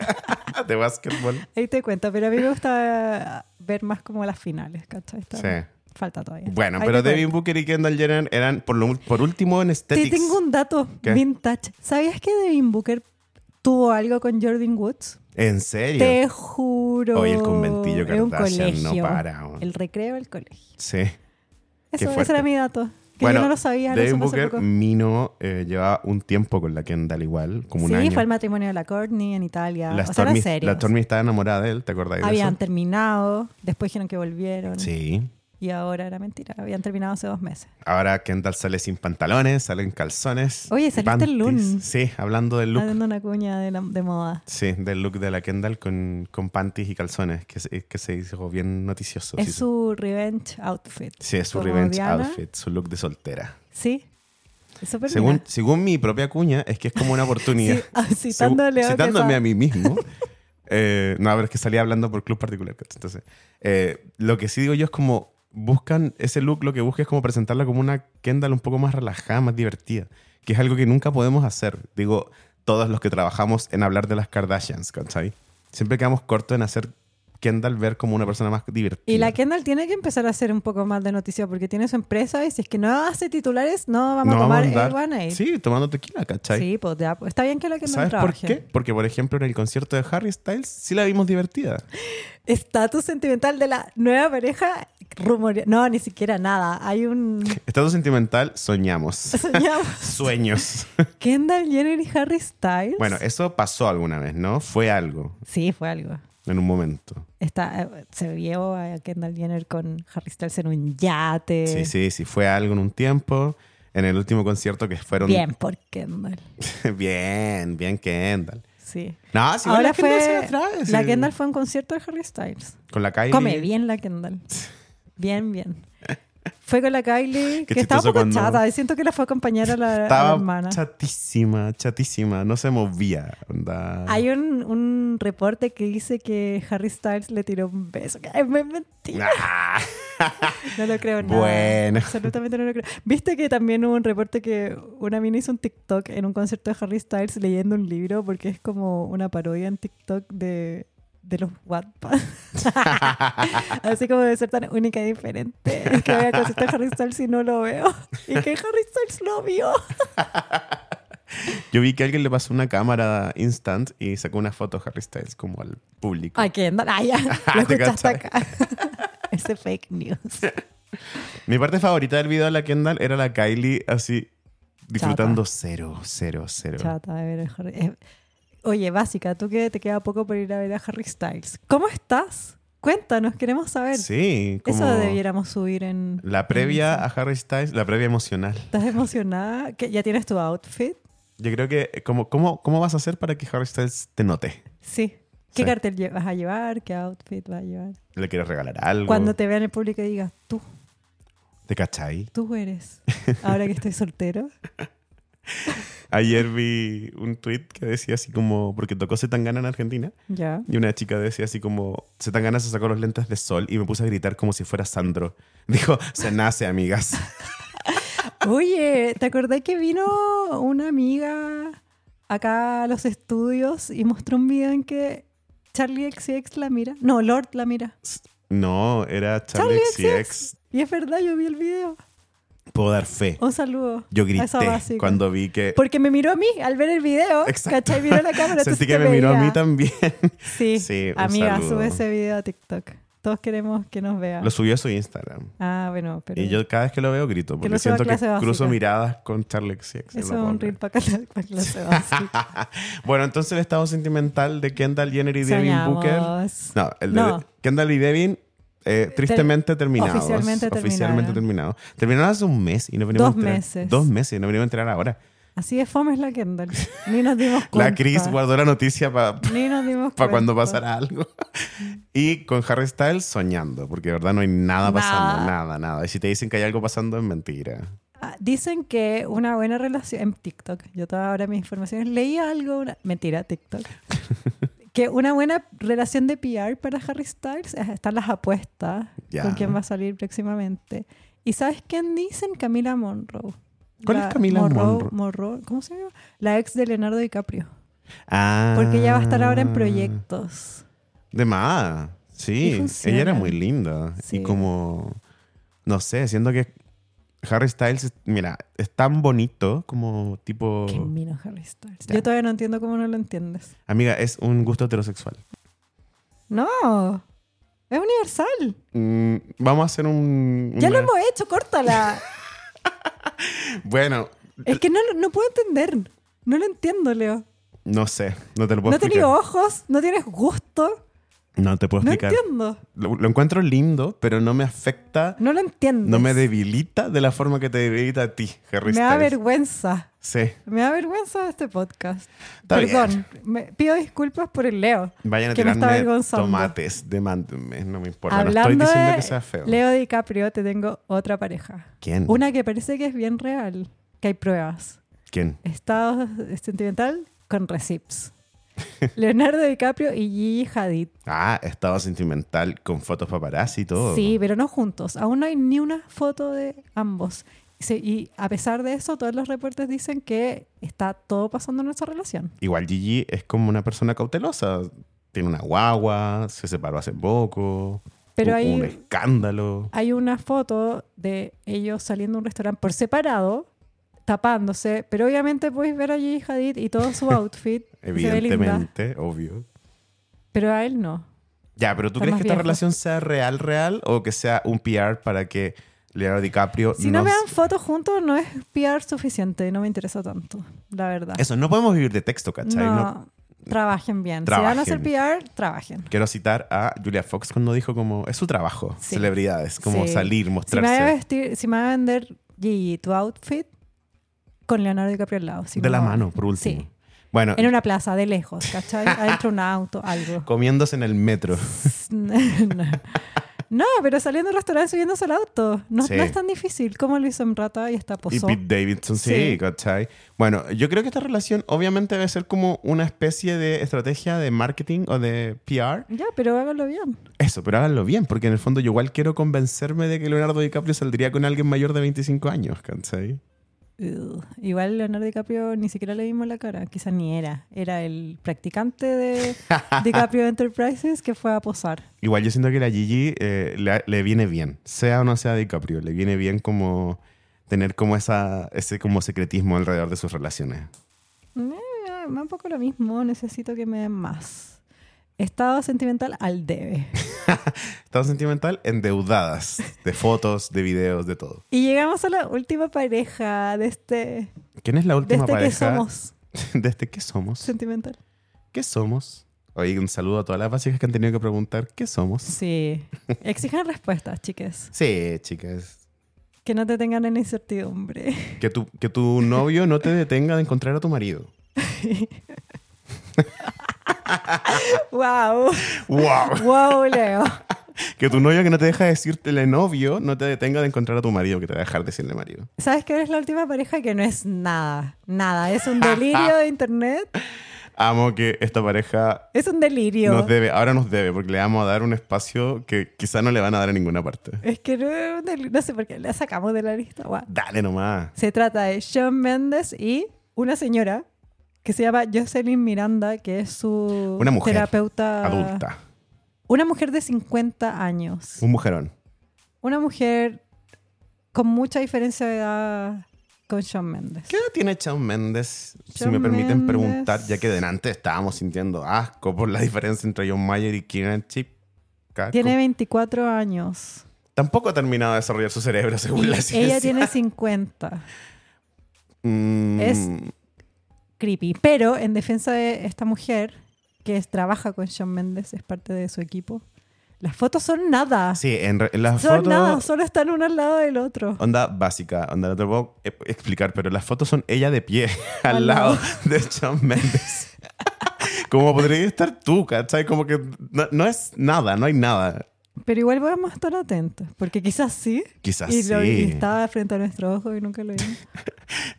[SPEAKER 3] de básquetbol.
[SPEAKER 2] Ahí te cuento, pero a mí me gusta ver más como las finales, ¿cachai? Está-
[SPEAKER 3] Sí.
[SPEAKER 2] Falta todavía.
[SPEAKER 3] Bueno,
[SPEAKER 2] Hay
[SPEAKER 3] pero
[SPEAKER 2] que ver.
[SPEAKER 3] Devin Booker y Kendall Jenner eran por, lo- por último en
[SPEAKER 2] Te
[SPEAKER 3] Aesthetics.
[SPEAKER 2] tengo un dato
[SPEAKER 3] ¿Qué?
[SPEAKER 2] vintage. ¿Sabías que Devin Booker tuvo algo con Jordan Woods?
[SPEAKER 3] En serio.
[SPEAKER 2] Te juro.
[SPEAKER 3] Oye, el conventillo
[SPEAKER 2] Es un
[SPEAKER 3] Kardashian no
[SPEAKER 2] colegio.
[SPEAKER 3] para, weón.
[SPEAKER 2] El recreo del colegio.
[SPEAKER 3] Sí. Qué
[SPEAKER 2] Eso, ese
[SPEAKER 3] fuerte.
[SPEAKER 2] era mi dato. Que
[SPEAKER 3] bueno,
[SPEAKER 2] yo no lo sabía. lo
[SPEAKER 3] Devin
[SPEAKER 2] supe hace
[SPEAKER 3] Booker,
[SPEAKER 2] poco.
[SPEAKER 3] Mino, eh, llevaba un tiempo con la Kendall igual, como
[SPEAKER 2] sí,
[SPEAKER 3] un año.
[SPEAKER 2] fue el matrimonio de la Courtney en Italia.
[SPEAKER 3] la,
[SPEAKER 2] o sea,
[SPEAKER 3] Stormy,
[SPEAKER 2] era serio.
[SPEAKER 3] la Stormy estaba enamorada de él, ¿te acordás de
[SPEAKER 2] Habían
[SPEAKER 3] eso?
[SPEAKER 2] terminado, después dijeron que volvieron.
[SPEAKER 3] Sí.
[SPEAKER 2] Y ahora era mentira. Habían terminado hace dos meses.
[SPEAKER 3] Ahora Kendall sale sin pantalones, sale en calzones.
[SPEAKER 2] Oye,
[SPEAKER 3] y
[SPEAKER 2] saliste el
[SPEAKER 3] panties.
[SPEAKER 2] lunes.
[SPEAKER 3] Sí, hablando del look.
[SPEAKER 2] Haciendo una cuña de, la- de moda.
[SPEAKER 3] Sí, del look de la Kendall con, con panties y calzones, que se, que se hizo bien noticioso. sí,
[SPEAKER 2] es su revenge outfit.
[SPEAKER 3] Sí, es su
[SPEAKER 2] Como
[SPEAKER 3] revenge
[SPEAKER 2] Diana.
[SPEAKER 3] outfit, su look de soltera.
[SPEAKER 2] Sí. Es súper
[SPEAKER 3] Según,
[SPEAKER 2] mina.
[SPEAKER 3] según mi propia cuña, es que es como una oportunidad.
[SPEAKER 2] Sí, ah, citando a Leo, que
[SPEAKER 3] citándome
[SPEAKER 2] sabe.
[SPEAKER 3] a mí mismo. Eh, no, a ver, es que salía hablando por club particular. ¿cachai? Entonces, eh, lo que sí digo yo es como buscan ese look, lo que busca es como presentarla como una Kendall un poco más relajada, más divertida, que es algo que nunca podemos hacer. Digo, todos los que trabajamos en hablar de las Kardashians, ¿cachai? Siempre quedamos cortos en hacer Kendall ver como una persona más divertida.
[SPEAKER 2] Y la Kendall tiene que empezar a hacer un poco más de noticia porque tiene su empresa y si es que no hace titulares, no vamos
[SPEAKER 3] No
[SPEAKER 2] a tomar
[SPEAKER 3] andar-
[SPEAKER 2] el one aid.
[SPEAKER 3] Sí, tomando tequila, ¿cachai?
[SPEAKER 2] Sí, pues ya, pues, está bien que la Kendall
[SPEAKER 3] ¿Sabes por
[SPEAKER 2] trabaje.
[SPEAKER 3] qué? Porque, por ejemplo, en el concierto de Harry Styles sí la vimos divertida.
[SPEAKER 2] Estatus sentimental de la nueva pareja rumore... No, ni siquiera nada. Hay un...
[SPEAKER 3] Estado sentimental, soñamos.
[SPEAKER 2] Soñamos.
[SPEAKER 3] Sueños.
[SPEAKER 2] Kendall Jenner y Harry Styles.
[SPEAKER 3] bueno, eh. eso pasó alguna vez, ¿no? Fue algo
[SPEAKER 2] Sí, fue algo.
[SPEAKER 3] en un momento.
[SPEAKER 2] Está, eh, se llevó a Kendall Jenner con Harry Styles en un yate.
[SPEAKER 3] Sí, sí, sí, fue algo en un tiempo. En el último concierto que fueron.
[SPEAKER 2] Bien por Kendall.
[SPEAKER 3] bien, bien, Kendall.
[SPEAKER 2] Sí.
[SPEAKER 3] No, Ah, sí,
[SPEAKER 2] Ahora
[SPEAKER 3] la
[SPEAKER 2] fue...
[SPEAKER 3] Kendall se la trae, sí.
[SPEAKER 2] La Kendall fue a un concierto de Harry Styles.
[SPEAKER 3] Con la Kylie.
[SPEAKER 2] Come bien la Kendall. Bien, bien. Fue con la Kylie,
[SPEAKER 3] Qué
[SPEAKER 2] que estaba un
[SPEAKER 3] chistoso
[SPEAKER 2] poco
[SPEAKER 3] cuando-
[SPEAKER 2] chata. y Siento que la fue a acompañar a la, a la
[SPEAKER 3] Estaba
[SPEAKER 2] hermana.
[SPEAKER 3] chatísima, chatísima. No se movía. onda.
[SPEAKER 2] Hay un, un reporte que dice que Harry Styles le tiró un beso. Ay, me mentí.
[SPEAKER 3] Ah.
[SPEAKER 2] No lo creo nada.
[SPEAKER 3] Bueno.
[SPEAKER 2] Absolutamente no lo creo. ¿Viste que también hubo un reporte que una mina hizo un TikTok en un concierto de Harry Styles leyendo un libro porque es como una parodia en TikTok de, de los Wattpad? Así como de ser tan única y diferente. Es que voy a concierto de Harry Styles y no lo veo. Y que Harry Styles lo vio.
[SPEAKER 3] Yo vi que alguien le pasó una cámara instant y sacó una foto de Harry Styles como al público.
[SPEAKER 2] ¿A quién? Ah, ya. Lo
[SPEAKER 3] Te
[SPEAKER 2] escuchaste
[SPEAKER 3] cachai.
[SPEAKER 2] acá. Ese fake news.
[SPEAKER 3] Mi parte favorita del video de la Kendall era la Kylie así disfrutando cero, cero, cero.
[SPEAKER 2] Chata de ver a Harry. eh, Oye, básica, tú que te queda poco por ir a ver a Harry Styles. ¿Cómo estás? Cuéntanos, queremos saber.
[SPEAKER 3] Sí, como
[SPEAKER 2] Eso debiéramos subir en.
[SPEAKER 3] la previa
[SPEAKER 2] en-
[SPEAKER 3] a Harry Styles, la previa emocional.
[SPEAKER 2] ¿Estás emocionada? ¿Que ¿Ya tienes tu outfit?
[SPEAKER 3] Yo creo que eh, como cómo cómo vas a hacer para que Harry Styles te note.
[SPEAKER 2] Sí. ¿Qué
[SPEAKER 3] Sí.
[SPEAKER 2] cartel lle- vas a llevar? ¿Qué outfit vas a llevar?
[SPEAKER 3] Le quieres regalar algo.
[SPEAKER 2] Cuando te vean el público y digas, tú,
[SPEAKER 3] ¿Te cachai?
[SPEAKER 2] tú eres. Ahora que estoy soltero.
[SPEAKER 3] Ayer vi un tweet que decía así como porque tocó Zetangana en Argentina
[SPEAKER 2] Ya.
[SPEAKER 3] y una chica decía así como Zetangana se sacó los lentes de sol y me puse a gritar como si fuera Sandro. Dijo, "Se nace, amigas."
[SPEAKER 2] Oye, ¿te acordás que vino una amiga acá a los estudios y mostró un video en que Charlie XCX la mira? No, Lord la mira.
[SPEAKER 3] No, era Charlie, XCX.
[SPEAKER 2] Y es verdad, yo vi el video.
[SPEAKER 3] Puedo dar fe.
[SPEAKER 2] Un saludo.
[SPEAKER 3] Yo
[SPEAKER 2] a esa
[SPEAKER 3] grité
[SPEAKER 2] básica.
[SPEAKER 3] cuando vi que.
[SPEAKER 2] Porque me miró a mí al ver el video.
[SPEAKER 3] Exacto.
[SPEAKER 2] ¿Cachai? Miró la cámara.
[SPEAKER 3] Sentí
[SPEAKER 2] entonces
[SPEAKER 3] que
[SPEAKER 2] te
[SPEAKER 3] me miró a
[SPEAKER 2] veía.
[SPEAKER 3] mí también.
[SPEAKER 2] Sí,
[SPEAKER 3] Sí, un
[SPEAKER 2] amiga,
[SPEAKER 3] saludo.
[SPEAKER 2] sube ese video a TikTok. Todos queremos que nos vea.
[SPEAKER 3] Lo subí a su Instagram.
[SPEAKER 2] Ah, bueno, pero
[SPEAKER 3] Y yo cada vez que lo veo grito, porque
[SPEAKER 2] lo suba a
[SPEAKER 3] siento que
[SPEAKER 2] clase básica.
[SPEAKER 3] cruzo miradas con Charlie XCX. en
[SPEAKER 2] eso es
[SPEAKER 3] la
[SPEAKER 2] un
[SPEAKER 3] pobre.
[SPEAKER 2] reel para clase para clase básica.
[SPEAKER 3] Bueno, entonces el estado sentimental de Kendall Jenner y Devin
[SPEAKER 2] Soñamos.
[SPEAKER 3] Booker. No, el de
[SPEAKER 2] No.
[SPEAKER 3] Kendall y Devin. eh, tristemente terminados.
[SPEAKER 2] oficialmente
[SPEAKER 3] Oficialmente
[SPEAKER 2] terminaron.
[SPEAKER 3] terminados. Terminaron hace un mes y no venimos
[SPEAKER 2] Dos
[SPEAKER 3] a enterar.
[SPEAKER 2] meses.
[SPEAKER 3] Dos meses y no venimos a enterar ahora.
[SPEAKER 2] Así de fome es la Kendall. Ni nos dimos cuenta.
[SPEAKER 3] La Chris guardó la noticia para
[SPEAKER 2] Ni nos dimos cuenta.
[SPEAKER 3] para cuando pasara algo. Y con Harry Styles soñando, porque de verdad no hay nada pasando,
[SPEAKER 2] Nada.
[SPEAKER 3] nada, nada. Y si te dicen que hay algo pasando, es mentira.
[SPEAKER 2] Ah, Dicen que una buena relación en TikTok. Yo toda ahora mis informaciones leía algo, una- mentira, TikTok. que una buena relación de PR para Harry Styles es- están las apuestas
[SPEAKER 3] Ya.
[SPEAKER 2] con quién va a salir próximamente. ¿Y sabes quién dicen? Camila Monroe.
[SPEAKER 3] ¿Cuál es Camila Monroe?
[SPEAKER 2] Monroe- ¿Cómo se llama? La ex de Leonardo DiCaprio.
[SPEAKER 3] Ah.
[SPEAKER 2] Porque ella va a estar ahora en proyectos.
[SPEAKER 3] De más.
[SPEAKER 2] Y
[SPEAKER 3] Sí,
[SPEAKER 2] funciona.
[SPEAKER 3] ella era muy linda.
[SPEAKER 2] Sí.
[SPEAKER 3] Y como, no sé, siento que Harry Styles, es- mira, es tan bonito como tipo...
[SPEAKER 2] Qué mino Harry Styles.
[SPEAKER 3] Oh. Ya.
[SPEAKER 2] Yo todavía no entiendo cómo no lo entiendes.
[SPEAKER 3] Amiga, es un gusto heterosexual.
[SPEAKER 2] No. Es universal.
[SPEAKER 3] Mm, vamos a hacer un...
[SPEAKER 2] Ya lo
[SPEAKER 3] una-
[SPEAKER 2] hemos hecho, córtala.
[SPEAKER 3] Bueno,
[SPEAKER 2] es que no, lo- no puedo entender. No lo entiendo, Leo.
[SPEAKER 3] no sé, no te lo puedo
[SPEAKER 2] No tenés
[SPEAKER 3] explicar.
[SPEAKER 2] ojos, no tienes gusto.
[SPEAKER 3] No te puedo
[SPEAKER 2] No
[SPEAKER 3] explicar.
[SPEAKER 2] entiendo.
[SPEAKER 3] lo, lo encuentro lindo, pero no me afecta,
[SPEAKER 2] No lo entiendo.
[SPEAKER 3] no me debilita de la forma que te debilita a ti, Harry
[SPEAKER 2] Mm, Me da
[SPEAKER 3] Styles.
[SPEAKER 2] vergüenza.
[SPEAKER 3] Sí,
[SPEAKER 2] Me da vergüenza este podcast.
[SPEAKER 3] Está
[SPEAKER 2] Perdón. Me- pido disculpas por el Leo.
[SPEAKER 3] vayan a
[SPEAKER 2] que me está
[SPEAKER 3] tirarme
[SPEAKER 2] avergonzando.
[SPEAKER 3] tomates, demándenme, no me importa. no
[SPEAKER 2] Hablando
[SPEAKER 3] estoy diciendo
[SPEAKER 2] de
[SPEAKER 3] que sea feo.
[SPEAKER 2] Leo DiCaprio, te tengo otra pareja.
[SPEAKER 3] ¿Quién?
[SPEAKER 2] Una que parece que es bien real, que hay pruebas.
[SPEAKER 3] ¿Quién?
[SPEAKER 2] Estado sentimental con recips. Leonardo DiCaprio y Gigi Hadid.
[SPEAKER 3] Ah, estaba sentimental con fotos paparazzi y todo.
[SPEAKER 2] Sí, pero no juntos. Aún no hay ni una foto de ambos. Sí, y a pesar de eso, todos los reportes dicen que está todo pasando en nuestra relación.
[SPEAKER 3] Igual Gigi es como una persona cautelosa. Tiene una guagua, se separó hace poco.
[SPEAKER 2] Pero
[SPEAKER 3] hubo
[SPEAKER 2] ahí-
[SPEAKER 3] un escándalo.
[SPEAKER 2] Hay una foto de ellos saliendo a un restaurante por separado, tapándose, pero obviamente podéis ver a Gigi Hadid y todo su outfit. se ve linda,
[SPEAKER 3] Evidentemente, obvio.
[SPEAKER 2] pero a él no.
[SPEAKER 3] Ya, pero ¿tú
[SPEAKER 2] Está
[SPEAKER 3] crees
[SPEAKER 2] más
[SPEAKER 3] que esta
[SPEAKER 2] viejo.
[SPEAKER 3] relación sea real, real o que sea un PR para que Leonardo DiCaprio
[SPEAKER 2] Si no,
[SPEAKER 3] nos-
[SPEAKER 2] me dan fotos juntos, no es PR suficiente, no me interesa tanto, la verdad.
[SPEAKER 3] Eso, no podemos vivir de texto, ¿cachai?
[SPEAKER 2] no,
[SPEAKER 3] No-
[SPEAKER 2] trabajen bien. Si van a hacer PR, trabajen.
[SPEAKER 3] Quiero citar a Julia Fox cuando dijo como, es su trabajo,
[SPEAKER 2] Sí.
[SPEAKER 3] celebridades, como
[SPEAKER 2] Sí. Si
[SPEAKER 3] salir,
[SPEAKER 2] me, va a
[SPEAKER 3] mostrarse
[SPEAKER 2] vestir, si me va a vender Gigi tu outfit con Leonardo DiCaprio al lado. si
[SPEAKER 3] de
[SPEAKER 2] no-
[SPEAKER 3] la mano, por último.
[SPEAKER 2] Sí,
[SPEAKER 3] Bueno,
[SPEAKER 2] en una plaza, de lejos, ¿cachai? Adentro un auto, algo.
[SPEAKER 3] comiéndose en el metro.
[SPEAKER 2] no. No, pero saliendo del restaurante subiéndose al auto. No,
[SPEAKER 3] Sí.
[SPEAKER 2] no es tan difícil como lo hizo en Rata y está
[SPEAKER 3] Y
[SPEAKER 2] posó.
[SPEAKER 3] Pete Davidson, sí,
[SPEAKER 2] Sí.
[SPEAKER 3] ¿cachai? Bueno, yo creo que esta relación obviamente debe ser como una especie de estrategia de marketing o de PR.
[SPEAKER 2] Ya, pero háganlo bien.
[SPEAKER 3] Eso, pero háganlo bien, porque en el fondo yo igual quiero convencerme de que Leonardo DiCaprio saldría con alguien mayor de 25 años, ¿cachai?
[SPEAKER 2] Ugh. Igual Leonardo DiCaprio ni siquiera le vimos la cara, quizás ni era. Era el practicante de DiCaprio Enterprises que fue a posar.
[SPEAKER 3] Igual yo siento que la Gigi eh, le, le viene bien, sea o no sea DiCaprio, le viene bien como tener como esa, ese como secretismo alrededor de sus relaciones.
[SPEAKER 2] Eh, me da un poco lo mismo, necesito que me den más. Estado sentimental al debe.
[SPEAKER 3] Estado sentimental endeudadas de fotos, de videos, de todo.
[SPEAKER 2] Y llegamos a la última pareja de este,
[SPEAKER 3] ¿Quién es la
[SPEAKER 2] de
[SPEAKER 3] última
[SPEAKER 2] este que
[SPEAKER 3] pareja?
[SPEAKER 2] somos
[SPEAKER 3] ¿Desde este qué somos?
[SPEAKER 2] sentimental.
[SPEAKER 3] ¿Qué somos? Oye, un saludo a todas las básicas que han tenido que preguntar ¿qué somos?
[SPEAKER 2] Sí. Exijan respuestas, chiques.
[SPEAKER 3] Sí, chicas.
[SPEAKER 2] Que no te tengan en incertidumbre.
[SPEAKER 3] Que tu, que tu novio no te detenga de encontrar a tu marido.
[SPEAKER 2] wow.
[SPEAKER 3] ¡Wow!
[SPEAKER 2] Wow, Leo.
[SPEAKER 3] Que tu novio que no te deja decirte novio no te detenga de encontrar a tu marido, que te va a dejar decirle marido.
[SPEAKER 2] ¿Sabes que eres la última pareja que no es nada? Nada. Es un delirio de internet.
[SPEAKER 3] Amo que esta pareja
[SPEAKER 2] Es un delirio.
[SPEAKER 3] nos debe, ahora nos debe, porque le vamos a dar un espacio que quizá no le van a dar en ninguna parte.
[SPEAKER 2] Es que no es un delirio. No sé por qué la sacamos de la lista. Guau.
[SPEAKER 3] Dale nomás.
[SPEAKER 2] Se trata de Shawn Mendes y una señora que se llama Jocelyn Miranda, que es su
[SPEAKER 3] Una mujer
[SPEAKER 2] terapeuta
[SPEAKER 3] Adulta.
[SPEAKER 2] Una mujer de 50 años.
[SPEAKER 3] Un mujerón.
[SPEAKER 2] Una mujer con mucha diferencia de edad con Shawn Mendes.
[SPEAKER 3] ¿Qué edad tiene Shawn Mendes? si
[SPEAKER 2] Shawn
[SPEAKER 3] me permiten
[SPEAKER 2] Mendes.
[SPEAKER 3] preguntar, ya que delante estábamos sintiendo asco por la diferencia entre John Mayer y Kieran Chip. Caco.
[SPEAKER 2] Tiene 24 años.
[SPEAKER 3] Tampoco ha terminado de desarrollar su cerebro, según la ciencia.
[SPEAKER 2] Ella tiene 50.
[SPEAKER 3] Mm,
[SPEAKER 2] es- Creepy. Pero en defensa de esta mujer que es- trabaja con Shawn Mendes, es parte de su equipo, las fotos son nada.
[SPEAKER 3] Sí, en, re- en las
[SPEAKER 2] son
[SPEAKER 3] fotos...
[SPEAKER 2] nada, solo están uno al lado del otro.
[SPEAKER 3] Onda básica, onda no te puedo eh, explicar, pero las fotos son ella de pie al
[SPEAKER 2] Al
[SPEAKER 3] lado
[SPEAKER 2] lado.
[SPEAKER 3] de Shawn Mendes. Como podría estar tú, ¿cachai? Como que no, no es nada, no hay nada.
[SPEAKER 2] Pero igual podemos estar atentos, porque quizás sí.
[SPEAKER 3] Quizás
[SPEAKER 2] y lo- y
[SPEAKER 3] sí.
[SPEAKER 2] estaba frente a nuestro ojo y nunca lo vimos.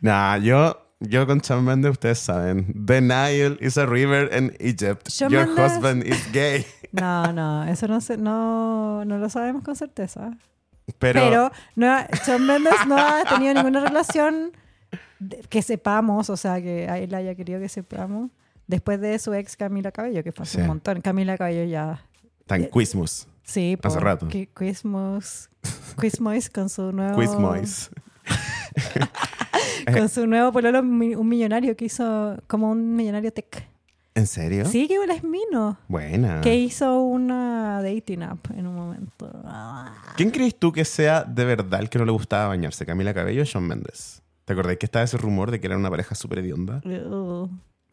[SPEAKER 3] Nah, yo, yo con Shawn Mendes, ustedes saben. The Nile is a river in Egypt.
[SPEAKER 2] Shawn
[SPEAKER 3] Your
[SPEAKER 2] Mendes-
[SPEAKER 3] husband is gay.
[SPEAKER 2] No, no, eso no, se- no, no lo sabemos con certeza.
[SPEAKER 3] Pero,
[SPEAKER 2] Pero, no, ha- Shawn Mendes no ha tenido ninguna relación de- que sepamos, o sea, que a él haya querido que sepamos, después de su ex Camila Cabello, que fue hace
[SPEAKER 3] Sí.
[SPEAKER 2] un montón. Camila Cabello ya
[SPEAKER 3] Tan Quizmos.
[SPEAKER 2] Sí,
[SPEAKER 3] Hace
[SPEAKER 2] po,
[SPEAKER 3] rato.
[SPEAKER 2] que Quizmos, Quizmois con su nuevo
[SPEAKER 3] Quizmois.
[SPEAKER 2] Oh. con su nuevo pololo mi- un millonario que hizo como un millonario tech.
[SPEAKER 3] ¿En serio?
[SPEAKER 2] Sí, que igual es Mino,
[SPEAKER 3] Buena.
[SPEAKER 2] que hizo una dating app en un momento.
[SPEAKER 3] ¿Quién crees tú que sea de verdad el que no le gustaba bañarse? ¿Camila Cabello o Shawn Mendes? ¿Te acordás que estaba ese rumor de que eran una pareja súper hedionda?
[SPEAKER 2] Uh,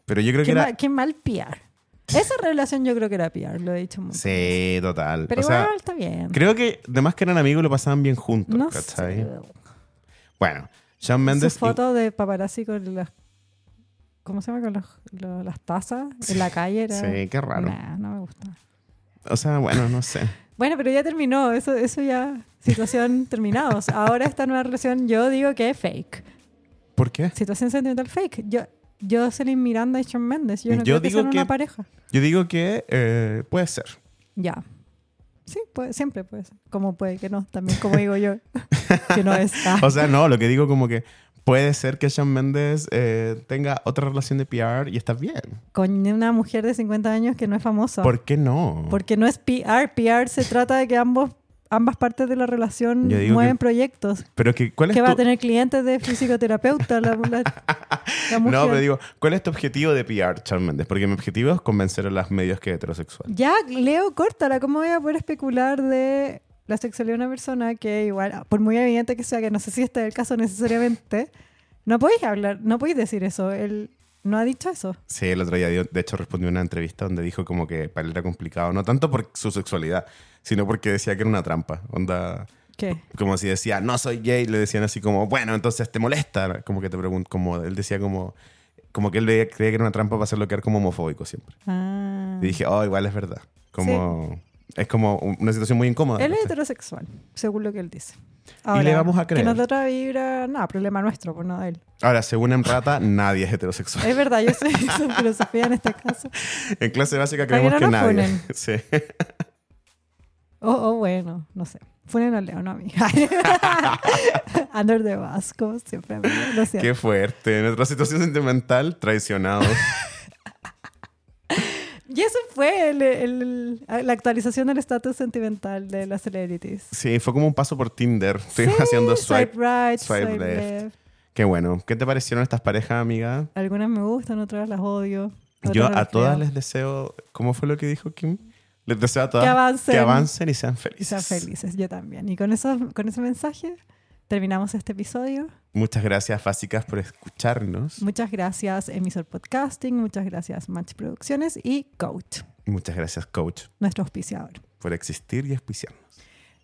[SPEAKER 3] Pero yo creo
[SPEAKER 2] qué,
[SPEAKER 3] que era...
[SPEAKER 2] mal, qué mal PR. Esa relación yo creo que era PR, lo he dicho mucho.
[SPEAKER 3] Sí, total.
[SPEAKER 2] Pero
[SPEAKER 3] o sea,
[SPEAKER 2] igual está bien.
[SPEAKER 3] creo que además que eran amigos lo pasaban bien juntos,
[SPEAKER 2] No
[SPEAKER 3] ¿cachai?
[SPEAKER 2] sé.
[SPEAKER 3] Bueno, Shawn
[SPEAKER 2] Su
[SPEAKER 3] Mendes...
[SPEAKER 2] foto de paparazzi con las... ¿Cómo se llama? Con los- lo- las tazas en la calle. Era...
[SPEAKER 3] Sí, qué raro.
[SPEAKER 2] Nah, no me gusta.
[SPEAKER 3] O sea, bueno, no sé.
[SPEAKER 2] Bueno, pero ya terminó. Eso, eso ya... Situación terminados. Ahora esta nueva relación yo digo que es fake.
[SPEAKER 3] ¿Por qué?
[SPEAKER 2] Situación sentimental fake. Yo... Jocelyn Miranda y Shawn Mendes. Yo no
[SPEAKER 3] Yo
[SPEAKER 2] creo que
[SPEAKER 3] digo
[SPEAKER 2] sean
[SPEAKER 3] que-
[SPEAKER 2] una pareja.
[SPEAKER 3] Yo digo que eh, puede ser.
[SPEAKER 2] Ya. Sí, puede- siempre puede ser. Como puede que no. También como digo yo. que no es. Ah.
[SPEAKER 3] O sea, no, lo que digo como que puede ser que Shawn Mendes eh, tenga otra relación de PR y está bien.
[SPEAKER 2] con una mujer de 50 años que no es famosa.
[SPEAKER 3] ¿Por qué no?
[SPEAKER 2] Porque no es PR. PR se trata de que ambos, ambas partes de la relación
[SPEAKER 3] Yo digo
[SPEAKER 2] mueven
[SPEAKER 3] que-
[SPEAKER 2] proyectos.
[SPEAKER 3] Pero que, ¿cuál es
[SPEAKER 2] Que va a
[SPEAKER 3] tu-
[SPEAKER 2] tener clientes de fisioterapeuta la, la- la mujer.
[SPEAKER 3] No, pero digo, ¿cuál es tu objetivo de PR, Shawn Mendes? Porque mi objetivo es convencer a las medios que es heterosexual.
[SPEAKER 2] Ya, Leo, córtala. ¿Cómo voy a poder especular de la sexualidad de una persona que igual, por muy evidente que sea, que no sé si este es el caso necesariamente, no podéis hablar, no podéis decir eso. Él no ha dicho eso.
[SPEAKER 3] Sí, el otro día, dio- de hecho, respondió a una entrevista donde dijo como que para él era complicado, no tanto por su sexualidad, sino porque decía que era una trampa. Onda,
[SPEAKER 2] ¿Qué?
[SPEAKER 3] como si decía, no soy gay, le decían así como, bueno, entonces te molesta. Como que te preguntan, como él decía como, como que él veía- creía que era una trampa para hacerlo quedar como homofóbico siempre.
[SPEAKER 2] Ah.
[SPEAKER 3] Y dije, oh, igual es verdad. Como, es como un- una situación muy incómoda.
[SPEAKER 2] Él es
[SPEAKER 3] ¿cachai?
[SPEAKER 2] heterosexual, según lo que él dice.
[SPEAKER 3] le vamos a
[SPEAKER 2] Que
[SPEAKER 3] creer.
[SPEAKER 2] nos da otra vibra, nada, problema nuestro, pues no de él.
[SPEAKER 3] Ahora, según Emrata, nadie es heterosexual.
[SPEAKER 2] Es verdad, yo sé su filosofía en este caso.
[SPEAKER 3] En clase básica
[SPEAKER 2] Para que
[SPEAKER 3] creemos
[SPEAKER 2] no nos
[SPEAKER 3] que nadie.
[SPEAKER 2] funen.
[SPEAKER 3] Sí.
[SPEAKER 2] O o bueno, no sé. Funen a Leo, no a mí. Under the bus, como siempre. amigo, Lo siento.
[SPEAKER 3] Qué fuerte. En otra situación sentimental, traicionado.
[SPEAKER 2] Y eso fue el- el- la actualización del estatus sentimental de las celebrities.
[SPEAKER 3] Sí, fue como un paso por Tinder. Estoy
[SPEAKER 2] Sí,
[SPEAKER 3] haciendo swipe.
[SPEAKER 2] right,
[SPEAKER 3] swipe
[SPEAKER 2] swipe,
[SPEAKER 3] left.
[SPEAKER 2] left.
[SPEAKER 3] Qué bueno. ¿Qué te parecieron estas parejas, amiga?
[SPEAKER 2] Algunas me gustan, otras las odio. otras
[SPEAKER 3] Yo
[SPEAKER 2] no las
[SPEAKER 3] a todas
[SPEAKER 2] creo.
[SPEAKER 3] les deseo, ¿cómo fue lo que dijo Kim? Les deseo a todas
[SPEAKER 2] Que avancen.
[SPEAKER 3] que avancen y sean
[SPEAKER 2] Y
[SPEAKER 3] felices.
[SPEAKER 2] sean felices, yo también. Y con, eso, con ese mensaje terminamos este episodio.
[SPEAKER 3] Muchas gracias, básicas, por escucharnos.
[SPEAKER 2] Muchas gracias, Emisor Podcasting. Muchas gracias, Match Producciones y Coach,
[SPEAKER 3] Muchas gracias, coach,
[SPEAKER 2] nuestro auspiciador.
[SPEAKER 3] por existir y auspiciarnos.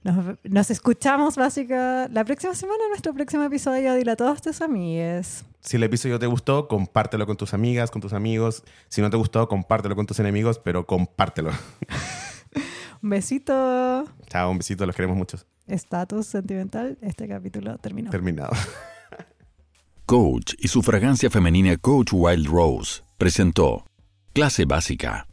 [SPEAKER 2] Nos, nos escuchamos, básica, la próxima semana, en nuestro próximo episodio. Dile a todos tus amigues.
[SPEAKER 3] Si el episodio te gustó, compártelo con tus amigas, con tus amigos. Si no te gustó, compártelo con tus enemigos, pero compártelo.
[SPEAKER 2] Un besito.
[SPEAKER 3] Chao, un besito, los queremos mucho.
[SPEAKER 2] Estatus sentimental. Este capítulo terminó.
[SPEAKER 3] Terminado.
[SPEAKER 5] Coach y su fragancia femenina Coach Wild Rose presentó Clase Básica.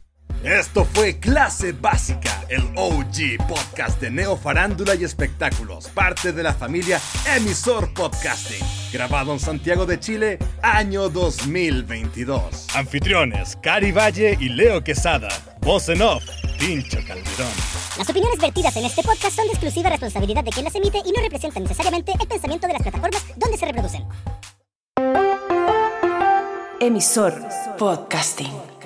[SPEAKER 4] Esto fue Clase Básica, el OG podcast de Neo Farándula y Espectáculos, parte de la familia Emisor Podcasting, grabado en Santiago de Chile, año 2022. Anfitriones, Cari Valle y Leo Quesada. Voz en off, Pincho Calderón.
[SPEAKER 6] Las opiniones vertidas en este podcast son de exclusiva responsabilidad de quien las emite y no representan necesariamente el pensamiento de las plataformas donde se reproducen.
[SPEAKER 1] Emisor Podcasting.